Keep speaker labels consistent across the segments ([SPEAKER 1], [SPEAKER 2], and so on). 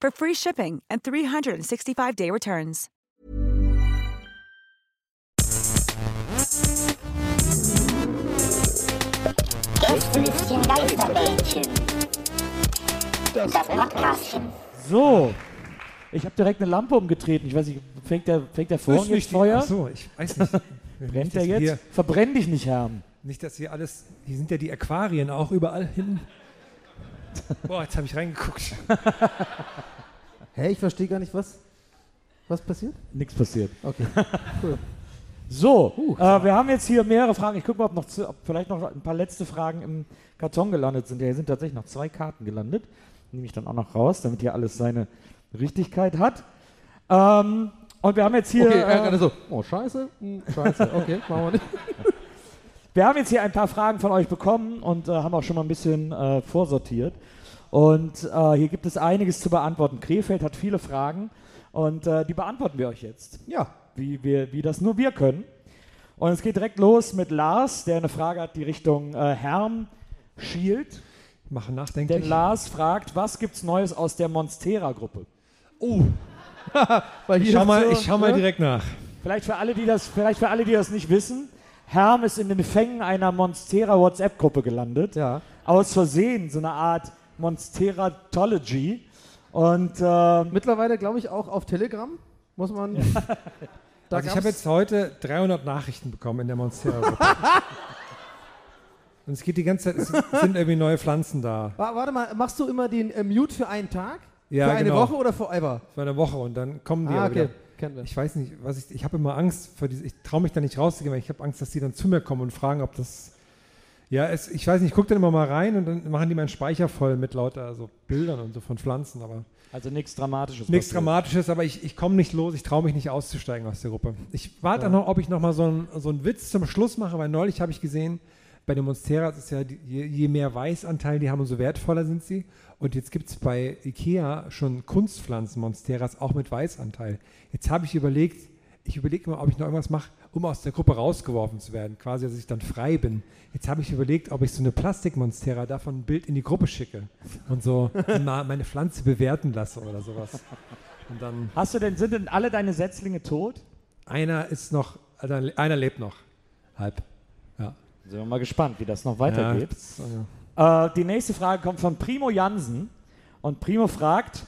[SPEAKER 1] for free shipping and 365-day returns.
[SPEAKER 2] Das Blütchen Geisterbällchen. Das Podcastchen.
[SPEAKER 3] So. Ich habe direkt eine Lampe umgetreten. Ich weiß nicht, fängt der, fängt der Vorhang
[SPEAKER 4] Ist
[SPEAKER 3] jetzt
[SPEAKER 4] nicht die-
[SPEAKER 3] Feuer?
[SPEAKER 4] Ach so, ich weiß nicht.
[SPEAKER 3] Brennt
[SPEAKER 4] Nicht,
[SPEAKER 3] der
[SPEAKER 4] dass
[SPEAKER 3] jetzt?
[SPEAKER 4] Hier,
[SPEAKER 3] Verbrenn dich nicht, Herm.
[SPEAKER 4] nicht, dass hier alles. Hier sind ja die Aquarien auch überall hin. Boah, jetzt habe ich reingeguckt.
[SPEAKER 5] Hä, ich verstehe gar nicht, was, was passiert?
[SPEAKER 3] Nichts passiert.
[SPEAKER 5] Okay.
[SPEAKER 3] So, äh, wir haben jetzt hier mehrere Fragen. Ich gucke mal, ob, noch zu, ob vielleicht noch ein paar letzte Fragen im Karton gelandet sind. Ja, hier sind tatsächlich noch zwei Karten gelandet. Nehme ich dann auch noch raus, damit hier alles seine Richtigkeit hat. Ähm, und wir haben jetzt hier.
[SPEAKER 5] Okay,
[SPEAKER 3] äh,
[SPEAKER 5] ja, gerade so. Oh, scheiße. Hm, scheiße. Okay, machen wir nicht.
[SPEAKER 3] Wir haben jetzt hier ein paar Fragen von euch bekommen und äh, haben auch schon mal ein bisschen äh, vorsortiert. Und äh, hier gibt es einiges zu beantworten. Krefeld hat viele Fragen und äh, die beantworten wir euch jetzt,
[SPEAKER 5] Ja.
[SPEAKER 3] wie, wir, wie das nur wir können. Und es geht direkt los mit Lars, der eine Frage hat, die Richtung äh, Herm schielt.
[SPEAKER 4] Ich mache
[SPEAKER 3] Denn
[SPEAKER 4] nachdenklich.
[SPEAKER 3] Lars fragt, was gibt's Neues aus der Monstera-Gruppe?
[SPEAKER 4] Oh,
[SPEAKER 5] Weil
[SPEAKER 4] ich
[SPEAKER 5] hier
[SPEAKER 4] schau mal,
[SPEAKER 5] so- ne?
[SPEAKER 4] ich schau mal
[SPEAKER 5] ja?
[SPEAKER 4] direkt nach.
[SPEAKER 3] Vielleicht für alle, die das, vielleicht für alle, die das nicht wissen, Herm ist in den Fängen einer Monstera-WhatsApp-Gruppe gelandet.
[SPEAKER 5] Ja.
[SPEAKER 3] aus Versehen so eine Art Monsteratology. Und ähm,
[SPEAKER 5] Mittlerweile, glaube ich, auch auf Telegram muss man. Da
[SPEAKER 4] Also ich
[SPEAKER 5] gab's-
[SPEAKER 4] habe jetzt heute 300 Nachrichten bekommen in der Monstera-Gruppe. Und es geht die ganze Zeit, es sind irgendwie neue Pflanzen da.
[SPEAKER 5] Wa- Warte mal, machst du immer den äh, Mute für einen Tag?
[SPEAKER 4] Ja,
[SPEAKER 5] für eine
[SPEAKER 4] genau.
[SPEAKER 5] Woche oder forever?
[SPEAKER 4] Für eine Woche und dann kommen die
[SPEAKER 5] Ah,
[SPEAKER 4] aber
[SPEAKER 5] okay.
[SPEAKER 4] wieder.
[SPEAKER 5] Kennen wir.
[SPEAKER 4] Ich weiß nicht, was ich, ich habe immer Angst vor diese, ich traue mich da nicht rauszugehen, weil ich habe Angst, dass die dann zu mir kommen und fragen, ob das, ja, es, ich weiß nicht, ich gucke dann immer mal rein und dann machen die meinen Speicher voll mit lauter so Bildern und so von Pflanzen, aber
[SPEAKER 3] also nichts Dramatisches.
[SPEAKER 4] nichts
[SPEAKER 3] passiert.
[SPEAKER 4] Dramatisches, aber ich, ich komme nicht los, ich traue mich nicht auszusteigen aus der Gruppe. Ich warte noch, ob ich nochmal so, einen- so einen Witz zum Schluss mache, weil neulich habe ich gesehen, bei den Monsteras ist ja, die, je, je mehr Weißanteil die haben, umso wertvoller sind sie. Und jetzt gibt es bei Ikea schon Kunstpflanzen Monsteras, auch mit Weißanteil. Jetzt habe ich überlegt, ich überlege mal, ob ich noch irgendwas mache, um aus der Gruppe rausgeworfen zu werden, quasi, dass ich dann frei bin. Jetzt habe ich überlegt, ob ich so eine Plastikmonstera davon ein Bild in die Gruppe schicke und so mal meine Pflanze bewerten lasse oder sowas. Und dann
[SPEAKER 3] Hast du denn, sind denn alle deine Setzlinge tot?
[SPEAKER 4] einer ist noch, also einer lebt noch. Halb. Ja.
[SPEAKER 3] Sind wir mal gespannt, wie das noch
[SPEAKER 4] ja.
[SPEAKER 3] weitergeht.
[SPEAKER 4] das- also-
[SPEAKER 3] Äh, die nächste Frage kommt von Primo Jansen. Und Primo fragt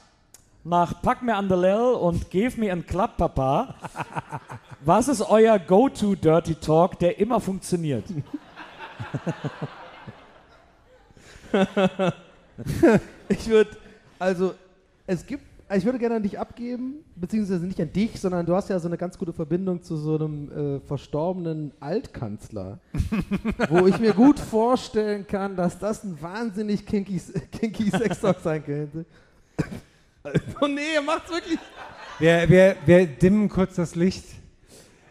[SPEAKER 3] nach Pack mir an der Lell und Give me einen Klapp, Papa. Was ist euer Go-To-Dirty Talk, der immer funktioniert?
[SPEAKER 5] Ich würde, also, es gibt, ich würde gerne an dich abgeben, beziehungsweise nicht an dich, sondern du hast ja so eine ganz gute Verbindung zu so einem äh, verstorbenen Altkanzler, wo ich mir gut vorstellen kann, dass das ein wahnsinnig kinky, kinky Sextalk sein könnte. oh nee, ihr macht's wirklich.
[SPEAKER 4] Wir, wir, wir dimmen kurz das Licht.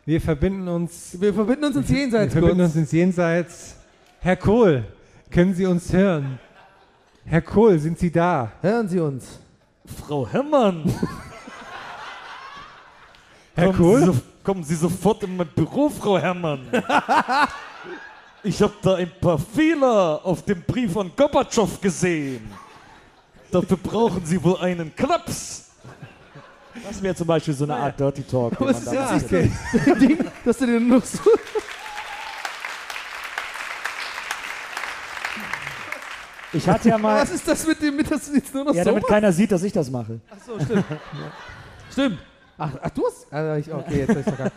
[SPEAKER 4] Wir verbinden uns,
[SPEAKER 5] Wir verbinden uns ins
[SPEAKER 4] wir
[SPEAKER 5] Jenseits
[SPEAKER 4] verbinden
[SPEAKER 5] kurz.
[SPEAKER 4] uns ins Jenseits. Herr Kohl, können Sie uns hören? Herr Kohl, sind Sie da?
[SPEAKER 5] Hören Sie uns.
[SPEAKER 3] Frau Hemmann,
[SPEAKER 4] Herr
[SPEAKER 3] Kommen Sie
[SPEAKER 4] Kohl?
[SPEAKER 3] so, kommen Sie sofort in mein Büro, Frau Herrmann. ich habe da ein paar Fehler auf dem Brief von Gorbatschow gesehen. Dafür brauchen Sie wohl einen Klaps. Das wäre zum Beispiel so eine Art Dirty Talk. den
[SPEAKER 5] Aber es
[SPEAKER 3] man
[SPEAKER 5] ist
[SPEAKER 3] da
[SPEAKER 5] jetzt
[SPEAKER 3] machen könnte.
[SPEAKER 5] nicht so ein Ding, dass du den nur so.
[SPEAKER 3] Ich hatte ja mal,
[SPEAKER 5] Was ist das mit dem, mit, dass du jetzt nur noch
[SPEAKER 3] ja,
[SPEAKER 5] so
[SPEAKER 3] damit keiner sieht, dass ich das mache.
[SPEAKER 5] Ach so, stimmt.
[SPEAKER 3] Stimmt.
[SPEAKER 5] Ach, ach du hast. Also ich, okay, jetzt hab ich's verkackt.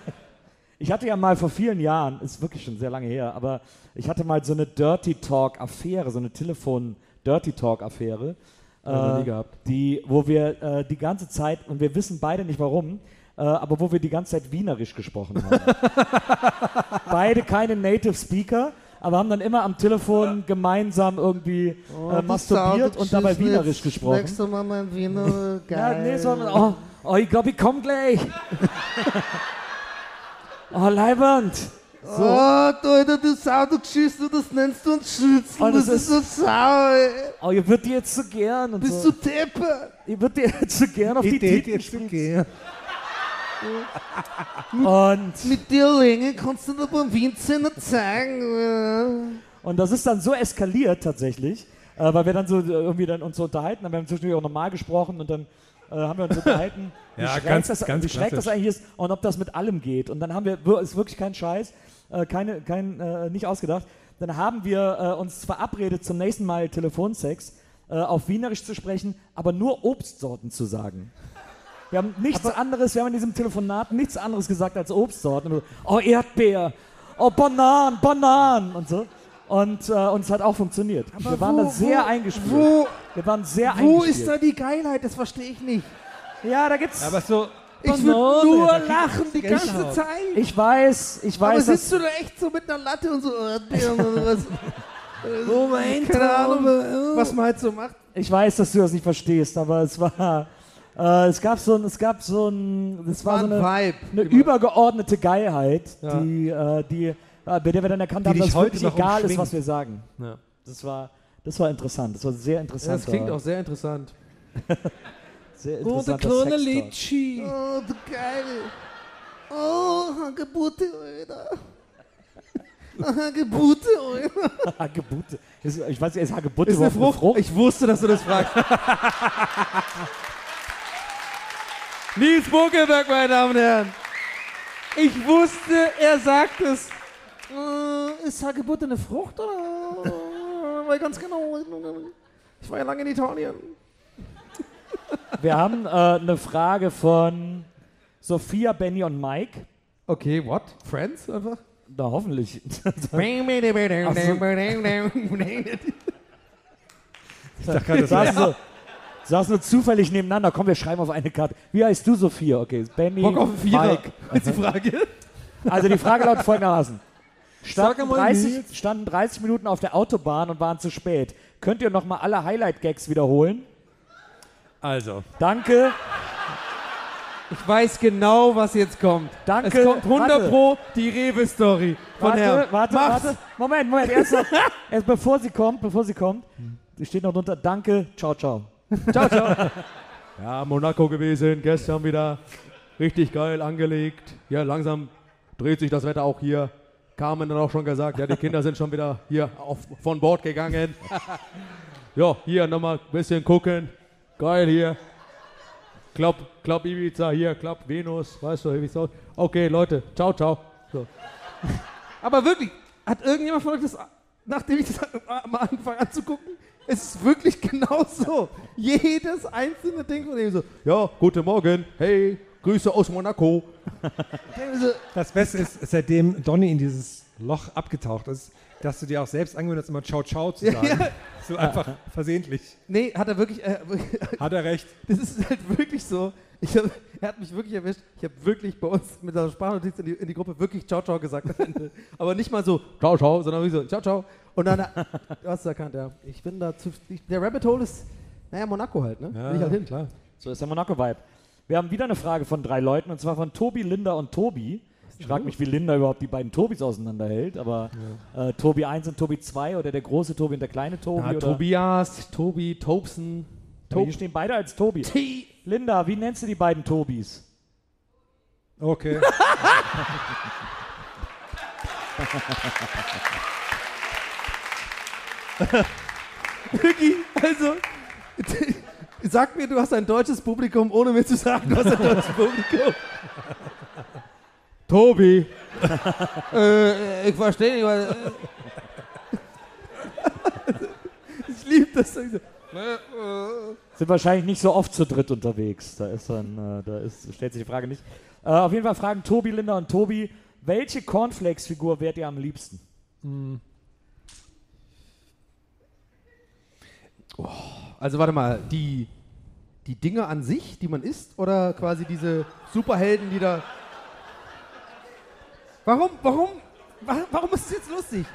[SPEAKER 3] Ich hatte ja mal vor vielen Jahren, ist wirklich schon sehr lange her, aber ich hatte mal so eine Dirty Talk-Affäre, so eine Telefon-Dirty Talk-Affäre,
[SPEAKER 5] noch nie
[SPEAKER 3] äh,
[SPEAKER 5] gehabt.
[SPEAKER 3] die, wo wir äh, die ganze Zeit, und wir wissen beide nicht warum, äh, aber wo wir die ganze Zeit Wienerisch gesprochen haben. beide keine Native Speaker, aber haben dann immer am Telefon gemeinsam irgendwie
[SPEAKER 5] Oh,
[SPEAKER 3] äh, masturbiert und dabei Wienerisch gesprochen.
[SPEAKER 5] Nächstes Mal mein Wiener,
[SPEAKER 3] Ja, nee, sondern, oh, oh, ich glaube, ich komme gleich. oh, Leiband.
[SPEAKER 5] So. Oh, Alter, das Auto geschissen, das nennst du ein Schützen.
[SPEAKER 3] Oh, das
[SPEAKER 5] das, ist so sau, ey.
[SPEAKER 3] Oh, ihr würdet die jetzt so gern. Und
[SPEAKER 5] Bist
[SPEAKER 3] so.
[SPEAKER 5] du Deppe?
[SPEAKER 3] Ihr würdet die jetzt so gern auf die
[SPEAKER 4] Idee,
[SPEAKER 3] Titten
[SPEAKER 4] jetzt
[SPEAKER 3] spielen.
[SPEAKER 4] okay.
[SPEAKER 3] Und,
[SPEAKER 5] Mit der Länge kannst du dir beim äh. Windzähner zeigen.
[SPEAKER 3] und das ist dann so eskaliert tatsächlich, äh, weil wir dann so äh, irgendwie dann uns so unterhalten haben. Wir haben zwischendurch auch normal gesprochen und dann äh, haben wir uns unterhalten, wie
[SPEAKER 4] Ja,
[SPEAKER 3] schräg,
[SPEAKER 4] ganz-
[SPEAKER 3] das,
[SPEAKER 4] ganz
[SPEAKER 3] wie schräg das
[SPEAKER 4] klassisch.
[SPEAKER 3] eigentlich ist und ob das mit allem geht. Und dann haben wir, wir- ist wirklich kein Scheiß, äh, keine, kein, äh, nicht ausgedacht, dann haben wir äh, uns verabredet zum nächsten Mal Telefonsex äh, auf Wienerisch zu sprechen, aber nur Obstsorten zu sagen. Wir haben nichts anderes, wir haben in diesem Telefonat nichts anderes gesagt als Obstsorten. Und so, Oh, Erdbeer, oh, Bananen, Bananen und so. Und, äh, und es hat auch funktioniert. wir waren
[SPEAKER 5] wo-
[SPEAKER 3] da sehr
[SPEAKER 5] wo-
[SPEAKER 3] eingespielt.
[SPEAKER 5] wo-
[SPEAKER 3] wir waren sehr
[SPEAKER 5] Wo
[SPEAKER 3] eingespielt.
[SPEAKER 5] ist da die Geilheit? Das verstehe ich nicht.
[SPEAKER 3] Ja, da gibt's.
[SPEAKER 4] Aber so,
[SPEAKER 5] Ich
[SPEAKER 3] Banane,
[SPEAKER 5] würde
[SPEAKER 3] Oh, da
[SPEAKER 5] nur
[SPEAKER 3] kriegst
[SPEAKER 5] lachen die ganze
[SPEAKER 4] Gänsehaut.
[SPEAKER 5] Zeit.
[SPEAKER 3] ich weiß, ich
[SPEAKER 5] Aber
[SPEAKER 3] weiß, dass,
[SPEAKER 5] sitzt du da echt so mit einer Latte und so Erdbeeren oder was?
[SPEAKER 3] Oh, mein
[SPEAKER 5] Keine
[SPEAKER 3] Traum.
[SPEAKER 5] Ahnung, was man halt so macht.
[SPEAKER 3] ich weiß, dass du das nicht verstehst, aber es war. Äh, es gab so ein, es gab so ein, es war
[SPEAKER 5] War
[SPEAKER 3] so
[SPEAKER 5] ein
[SPEAKER 3] eine,
[SPEAKER 5] Vibe.
[SPEAKER 3] eine übergeordnete Geilheit,
[SPEAKER 5] Ja.
[SPEAKER 3] die, äh, die, äh, bei der wir dann erkannt
[SPEAKER 4] Die
[SPEAKER 3] haben,
[SPEAKER 4] dich
[SPEAKER 3] dass es
[SPEAKER 4] heute
[SPEAKER 3] wirklich
[SPEAKER 4] noch
[SPEAKER 3] egal ist,
[SPEAKER 4] umschwingt.
[SPEAKER 3] was wir sagen.
[SPEAKER 4] ja.
[SPEAKER 3] Das war, das war interessant. Das war sehr interessant.
[SPEAKER 5] Das klingt auch sehr interessant.
[SPEAKER 3] sehr
[SPEAKER 4] Oh,
[SPEAKER 3] interessant.
[SPEAKER 4] der kleine Litschi.
[SPEAKER 5] Oh, du Geil. Oh, Hagebutte, Alter. Hagebutte, Alter.
[SPEAKER 3] Hagebutte. Ist, ich weiß nicht, ist Hagebutte
[SPEAKER 5] Ist eine
[SPEAKER 3] überhaupt
[SPEAKER 5] Frucht? Ich wusste, dass du das fragst. Nils Bokelberg, meine Damen und Herren. Ich wusste, er sagt es. Äh, ist Hagebutte eine Frucht oder? Weil ganz genau. Ich war ja lange in Italien.
[SPEAKER 3] Wir haben äh, eine Frage von Sophia, Benny und Mike.
[SPEAKER 5] Okay, what? Friends einfach?
[SPEAKER 3] Na, hoffentlich.
[SPEAKER 4] Ich dachte gerade, das
[SPEAKER 3] saßen,
[SPEAKER 4] wäre
[SPEAKER 3] so, saßen so zufällig nebeneinander. Komm, wir schreiben auf eine Karte. Wie heißt du, Sophia? Okay, Benny,
[SPEAKER 5] Bock auf einen Vierer,
[SPEAKER 3] Mike.
[SPEAKER 5] ist die Frage.
[SPEAKER 3] Also die Frage lautet folgendermaßen. Standen
[SPEAKER 4] Sag mal,
[SPEAKER 3] 30, standen 30 Minuten auf der Autobahn und waren zu spät. Könnt ihr nochmal alle Highlight-Gags wiederholen?
[SPEAKER 4] Also,
[SPEAKER 3] Danke.
[SPEAKER 5] Ich weiß genau, was jetzt kommt.
[SPEAKER 3] Danke,
[SPEAKER 5] Es kommt 100
[SPEAKER 3] warte.
[SPEAKER 5] Pro die Rewe-Story von
[SPEAKER 3] Warte,
[SPEAKER 5] Herrn.
[SPEAKER 3] warte,
[SPEAKER 5] Mach's.
[SPEAKER 3] warte. Moment, Moment. Erst, noch, erst bevor sie kommt, bevor sie kommt, steht noch drunter, danke, ciao, ciao.
[SPEAKER 5] Ciao, ciao.
[SPEAKER 6] Ja, Monaco gewesen, gestern wieder richtig geil angelegt. Ja, langsam dreht sich das Wetter auch hier. Carmen dann auch schon gesagt, ja, die Kinder sind schon wieder hier auf, von Bord gegangen. ja, hier nochmal ein bisschen gucken. Geil hier. Klopp, Klopp Ibiza hier, Klopp Venus, weißt du, wie es aussieht. Okay, Leute, ciao, ciao. So.
[SPEAKER 5] Aber wirklich, hat irgendjemand von euch das, nachdem ich das am Anfang anzugucken, es ist wirklich genau so. Jedes einzelne Ding von dem so.
[SPEAKER 6] Ja, guten Morgen. Hey, Grüße aus Monaco.
[SPEAKER 5] Dem so,
[SPEAKER 4] das Beste ist, seitdem Donny in dieses Loch abgetaucht ist, dass du dir auch selbst angewöhnt hast, immer Ciao Ciao zu sagen.
[SPEAKER 5] ja. Ah.
[SPEAKER 4] So einfach versehentlich.
[SPEAKER 5] Nee, hat er wirklich, äh, wirklich-
[SPEAKER 4] Hat er recht.
[SPEAKER 5] das ist halt wirklich so. Ich hab, er hat mich wirklich erwischt. Ich habe wirklich bei uns mit der Sprachnotiz in die, in die Gruppe wirklich Ciao, ciao gesagt. am Ende. Aber nicht mal so Ciao, ciao, sondern wie so Ciao, ciao. Und dann, du hast es erkannt, ja. Ich bin da zu, ich, der Rabbit Hole ist, naja, Monaco halt, ne? Will ich halt hin.
[SPEAKER 4] klar.
[SPEAKER 3] So ist der Monaco-Vibe. Wir haben wieder eine Frage von drei Leuten, und zwar von Tobi, Linda und Tobi. Ich frage mich, wie Linda überhaupt die beiden Tobis auseinanderhält, aber äh, Tobi 1 und Tobi 2 oder der große Tobi und der kleine Tobi.
[SPEAKER 6] Ja,
[SPEAKER 3] oder
[SPEAKER 6] Tobias, Tobi, Tobson.
[SPEAKER 3] Aber hier stehen beide als Tobi.
[SPEAKER 5] T.
[SPEAKER 3] Linda, wie nennst du die beiden Tobis?
[SPEAKER 4] Okay.
[SPEAKER 5] Wirklich, also, sag mir, du hast ein deutsches Publikum, ohne mir zu sagen, du hast ein deutsches Publikum.
[SPEAKER 6] Tobi.
[SPEAKER 5] äh, ich verstehe nicht, weil. ich liebe das.
[SPEAKER 3] Sind wahrscheinlich nicht so oft zu dritt unterwegs. Da ist dann, äh, da ist, stellt sich die Frage nicht. Äh, auf jeden Fall fragen Tobi, Linda und Tobi, welche Cornflakes-Figur wärt ihr am liebsten?
[SPEAKER 5] Also warte mal, die, die Dinge an sich, die man isst, oder quasi diese Superhelden, die da. Warum, warum, wa- warum ist es jetzt lustig?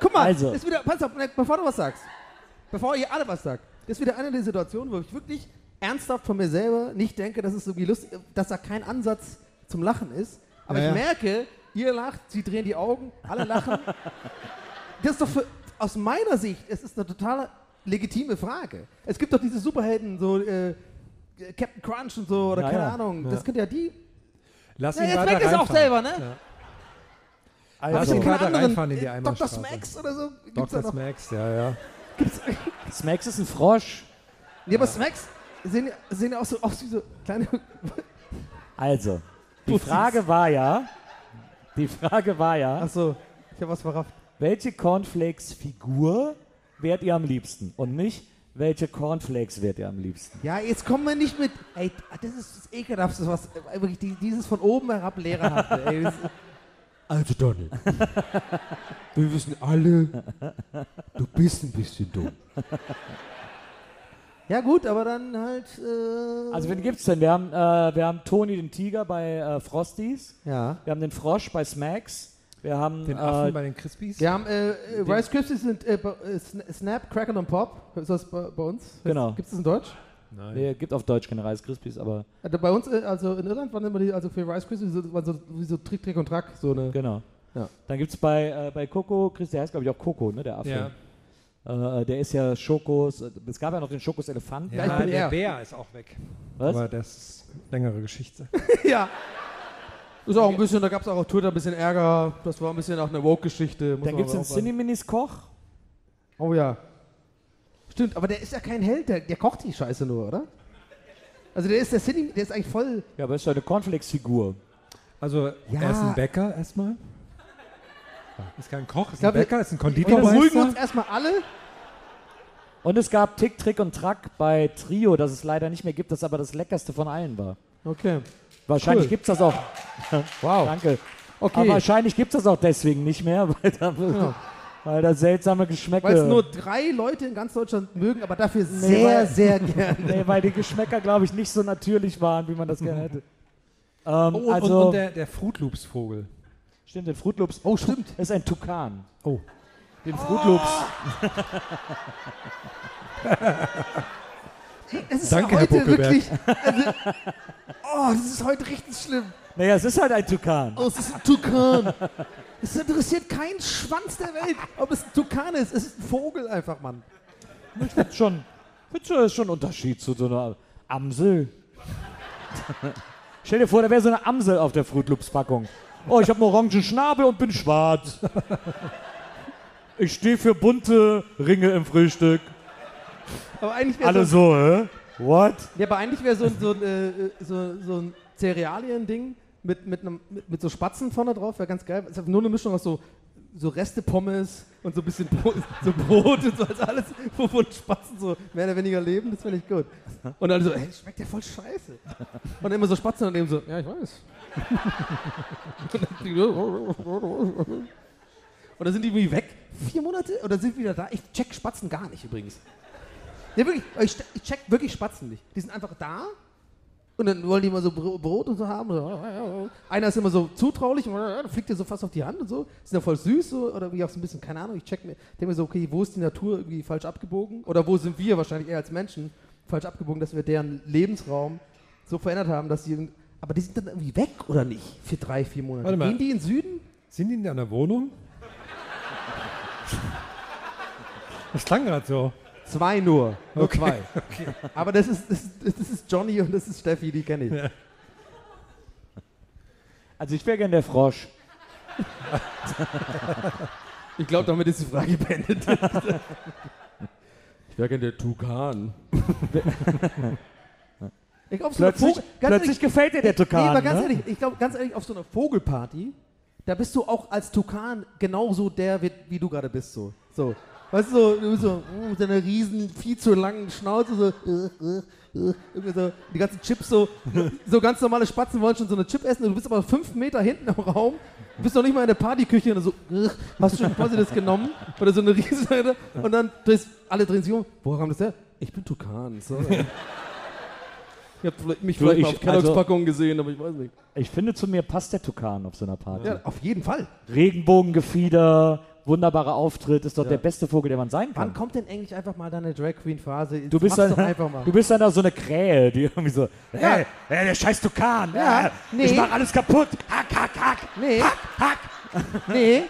[SPEAKER 5] Guck mal,
[SPEAKER 3] Also.
[SPEAKER 5] ist wieder, pass auf, ne, bevor du was sagst, bevor ihr alle was sagt, ist wieder eine der Situationen, wo ich wirklich ernsthaft von mir selber nicht denke, dass es irgendwie lustig, dass da kein Ansatz zum Lachen ist. Aber
[SPEAKER 4] Ja,
[SPEAKER 5] ich
[SPEAKER 4] ja.
[SPEAKER 5] merke, ihr lacht, sie drehen die Augen, alle lachen. Das ist doch für, aus meiner Sicht, es ist eine total legitime Frage. Es gibt doch diese Superhelden, so äh, Captain Crunch und so, oder
[SPEAKER 3] Ja,
[SPEAKER 5] keine
[SPEAKER 3] ja.
[SPEAKER 5] Ahnung. Das könnte ja die.
[SPEAKER 4] Lass
[SPEAKER 5] Ja,
[SPEAKER 4] ihn
[SPEAKER 5] jetzt
[SPEAKER 4] weiter
[SPEAKER 5] merkt ihr es auch
[SPEAKER 4] reinfahren.
[SPEAKER 5] selber, ne?
[SPEAKER 4] Ja.
[SPEAKER 5] Hab
[SPEAKER 4] Also,
[SPEAKER 5] ich denn
[SPEAKER 4] weiter
[SPEAKER 5] keinen
[SPEAKER 4] reinfahren in die
[SPEAKER 5] äh, Dr.
[SPEAKER 4] Einbahnstraße.
[SPEAKER 5] Smacks oder so? Gibt's da
[SPEAKER 4] Dr.
[SPEAKER 5] noch?
[SPEAKER 4] Smacks, ja, ja.
[SPEAKER 5] Gibt's,
[SPEAKER 3] Smacks ist ein Frosch.
[SPEAKER 5] ja, aber Smacks sehen, sehen ja auch so aus wie so kleine.
[SPEAKER 3] Also, die Frage war ja, die Frage war ja,
[SPEAKER 5] Achso, ich habe was verrafft.
[SPEAKER 3] welche Cornflakes-Figur wärt ihr am liebsten? Und nicht, welche Cornflakes wärt ihr am liebsten?
[SPEAKER 5] Ja, jetzt kommen wir nicht mit. Ey, das ist das Ekelhafteste, was. äh, Wirklich, die- dieses von oben herab Lehrer hatte. Ey, das,
[SPEAKER 6] Also Donald, wir wissen alle, du bist ein bisschen dumm.
[SPEAKER 5] ja, gut, aber dann halt. Äh,
[SPEAKER 3] Also, wen gibt's denn? Wir haben, äh, wir haben Toni den Tiger bei äh, Frosties.
[SPEAKER 5] ja.
[SPEAKER 3] Wir haben den Frosch bei Smacks. Wir haben
[SPEAKER 4] Den
[SPEAKER 5] Ah.
[SPEAKER 4] Affen
[SPEAKER 3] äh,
[SPEAKER 4] bei den Crispies.
[SPEAKER 5] Wir haben äh, äh, Rice Krispies sind äh, ba- äh, Sna- Snap, Crackle und Pop. Ist das bei, bei uns?
[SPEAKER 3] Genau.
[SPEAKER 5] Gibt es das in Deutsch?
[SPEAKER 3] nee, gibt auf Deutsch keine Reis Krispies, aber
[SPEAKER 5] Also bei uns, äh, also in Irland waren immer die, also für Rice Krispies so- waren so, wie so Trick, Trick und Track. So eine.
[SPEAKER 3] genau.
[SPEAKER 5] Ja.
[SPEAKER 3] Dann gibt's bei, äh, bei Coco, Chris, der heißt glaube ich auch Coco, ne, der Affe.
[SPEAKER 4] Ja.
[SPEAKER 3] Äh, der ist ja Schokos, äh, es gab ja noch den Schokos Elefant.
[SPEAKER 4] Ja,
[SPEAKER 5] ich bin
[SPEAKER 4] der
[SPEAKER 5] er.
[SPEAKER 4] Bär ist auch weg.
[SPEAKER 3] Was?
[SPEAKER 4] Aber das ist eine längere Geschichte.
[SPEAKER 5] ja. Ist auch ein bisschen, da gab es auch auf Twitter ein bisschen Ärger. Das war ein bisschen auch eine Woke-Geschichte. muss
[SPEAKER 3] Dann
[SPEAKER 5] man
[SPEAKER 3] gibt's
[SPEAKER 5] aber
[SPEAKER 3] den
[SPEAKER 5] aufpassen.
[SPEAKER 3] Cineminis Koch.
[SPEAKER 5] Oh ja. Stimmt, aber der ist ja kein Held, der, der kocht die Scheiße nur, oder? Also der ist der Cine, der ist eigentlich voll.
[SPEAKER 3] Ja, aber ist ja eine Cornflakes-Figur.
[SPEAKER 4] Also,
[SPEAKER 5] Ja.
[SPEAKER 4] er ist ein Bäcker erstmal. Ist kein Koch, ist
[SPEAKER 5] glaub,
[SPEAKER 4] ein
[SPEAKER 5] wir-
[SPEAKER 4] Bäcker, ist ein
[SPEAKER 5] Wir beruhigen uns
[SPEAKER 4] Konditormeister.
[SPEAKER 5] erstmal alle.
[SPEAKER 3] Und es gab Tick, Trick und Track bei Trio, das es leider nicht mehr gibt, das aber das leckerste von allen war.
[SPEAKER 5] Okay.
[SPEAKER 3] Wahrscheinlich
[SPEAKER 5] Cool.
[SPEAKER 3] gibt's das auch.
[SPEAKER 5] Wow.
[SPEAKER 3] Danke.
[SPEAKER 5] Okay.
[SPEAKER 3] Aber wahrscheinlich gibt's das auch deswegen nicht mehr, weil da, weil da seltsame Geschmäcker.
[SPEAKER 5] Weil es nur drei Leute in ganz Deutschland mögen, aber dafür sehr,
[SPEAKER 3] weil-
[SPEAKER 5] sehr gerne.
[SPEAKER 3] nee, weil die Geschmäcker, glaube ich, nicht so natürlich waren, wie man das gerne hätte. Ähm,
[SPEAKER 4] Oh, und,
[SPEAKER 3] also,
[SPEAKER 4] und, und der, der Fruit Loops Vogel.
[SPEAKER 3] stimmt, den Fruit Loops
[SPEAKER 5] Oh, stimmt.
[SPEAKER 3] ist ein Tukan.
[SPEAKER 4] Oh.
[SPEAKER 3] Den Fruit Loops.
[SPEAKER 5] Es ist
[SPEAKER 4] Danke, Herr
[SPEAKER 5] heute
[SPEAKER 4] Buckelberg.
[SPEAKER 5] wirklich. Also, oh, das ist heute richtig schlimm.
[SPEAKER 3] Naja, es ist halt ein Tukan.
[SPEAKER 5] Oh, es ist ein Tukan. Es interessiert keinen Schwanz der Welt, ob es ein Tukan ist. Es ist ein Vogel einfach, Mann.
[SPEAKER 3] Ich finde schon, find schon, ist schon ein Unterschied zu so einer Amsel. Stell dir vor, da wäre so eine Amsel auf der Fruit Loops Packung. Oh, ich habe einen orangen Schnabel und bin schwarz. Ich stehe für bunte Ringe im Frühstück.
[SPEAKER 5] Aber eigentlich wäre
[SPEAKER 3] Alle
[SPEAKER 5] so,
[SPEAKER 3] so, hä? What?
[SPEAKER 5] ja, aber eigentlich wäre so, ein- so, ein, äh, so, so ein Cerealien-Ding mit, mit, einem, mit, mit so Spatzen vorne drauf, wäre ganz geil. Es ist nur eine Mischung aus so, so Reste Pommes und so ein bisschen Bro- so Brot und so, also alles, wovon Spatzen so mehr oder weniger leben, das finde ich gut. Und dann so, ey, schmeckt ja voll scheiße. Und immer so Spatzen und eben so, ja, ich weiß. Oder sind die irgendwie weg? Vier Monate? Oder sind die wieder da? Ich check Spatzen gar nicht übrigens. Ja, wirklich, ich, ste- ich check wirklich Spatzen nicht. Die sind einfach da und dann wollen die immer so Br- Brot und so haben. So. Einer ist immer so zutraulich, und fliegt dir so fast auf die Hand und so. Sind ja voll süß so, oder irgendwie auch so ein bisschen, keine Ahnung. Ich check mir, denke mir so, okay, wo ist die Natur irgendwie falsch abgebogen? Oder wo sind wir wahrscheinlich eher als Menschen falsch abgebogen, dass wir deren Lebensraum so verändert haben, dass die. Aber die sind dann irgendwie weg oder nicht? Für drei, vier Monate.
[SPEAKER 4] Warte mal.
[SPEAKER 5] Gehen die in den Süden?
[SPEAKER 4] Sind die in deiner Wohnung? Das klang gerade so.
[SPEAKER 5] Zwei nur. Nur
[SPEAKER 4] Okay.
[SPEAKER 5] zwei. Aber das ist, das, ist- das ist Johnny und das ist Steffi, die kenne ich.
[SPEAKER 3] Also ich wäre gern der Frosch.
[SPEAKER 5] Ich glaube, damit ist die Frage beendet.
[SPEAKER 6] Ich wäre gerne der Tukan.
[SPEAKER 5] Ich glaub, so eine
[SPEAKER 3] Plötzlich,
[SPEAKER 5] Vogel- ganz
[SPEAKER 3] plötzlich
[SPEAKER 5] ehrlich-
[SPEAKER 3] gefällt dir der Tukan.
[SPEAKER 5] Nee, aber ganz
[SPEAKER 3] ne?
[SPEAKER 5] ehrlich, ich glaube, ganz ehrlich, auf so einer Vogelparty, da bist du auch als Tukan genauso der, wie, wie du gerade bist. So. so. Weißt du, so, du bist so mm, mit deiner riesen, viel zu langen Schnauze, so, äh, äh, äh, irgendwie so, die ganzen Chips, so, so ganz normale Spatzen wollen schon so eine Chip essen, und du bist aber fünf Meter hinten im Raum, du bist noch nicht mal in der Partyküche, und so, äh, hast du schon quasi das genommen, oder so eine riesen, und dann drehst, alle drehen sich um, woher kam das her? Ich bin Tukan, sorry. Ihr habt vielleicht- mich
[SPEAKER 6] Du,
[SPEAKER 5] vielleicht
[SPEAKER 6] ich-
[SPEAKER 5] mal auf Kellogg's
[SPEAKER 3] also-
[SPEAKER 5] Packung gesehen, aber ich weiß nicht.
[SPEAKER 3] Ich finde, zu mir passt der Tukan auf so einer Party.
[SPEAKER 5] Ja, auf jeden Fall.
[SPEAKER 3] Regenbogengefieder, wunderbarer Auftritt, ist doch der beste Vogel, der man sein
[SPEAKER 5] Wann
[SPEAKER 3] kann.
[SPEAKER 5] kommt denn eigentlich einfach mal deine Drag Queen Phase?
[SPEAKER 3] Du bist,
[SPEAKER 5] Mach's
[SPEAKER 3] dann,
[SPEAKER 5] doch einfach mal.
[SPEAKER 3] du bist dann da so eine Krähe, die irgendwie so,
[SPEAKER 5] Ja.
[SPEAKER 3] hey, hey, der scheiß Tukan,
[SPEAKER 5] Ja,
[SPEAKER 3] äh,
[SPEAKER 5] nee.
[SPEAKER 3] ich mach alles kaputt, hack, hack, hack,
[SPEAKER 5] Nee.
[SPEAKER 3] hack, hack.
[SPEAKER 5] Nee.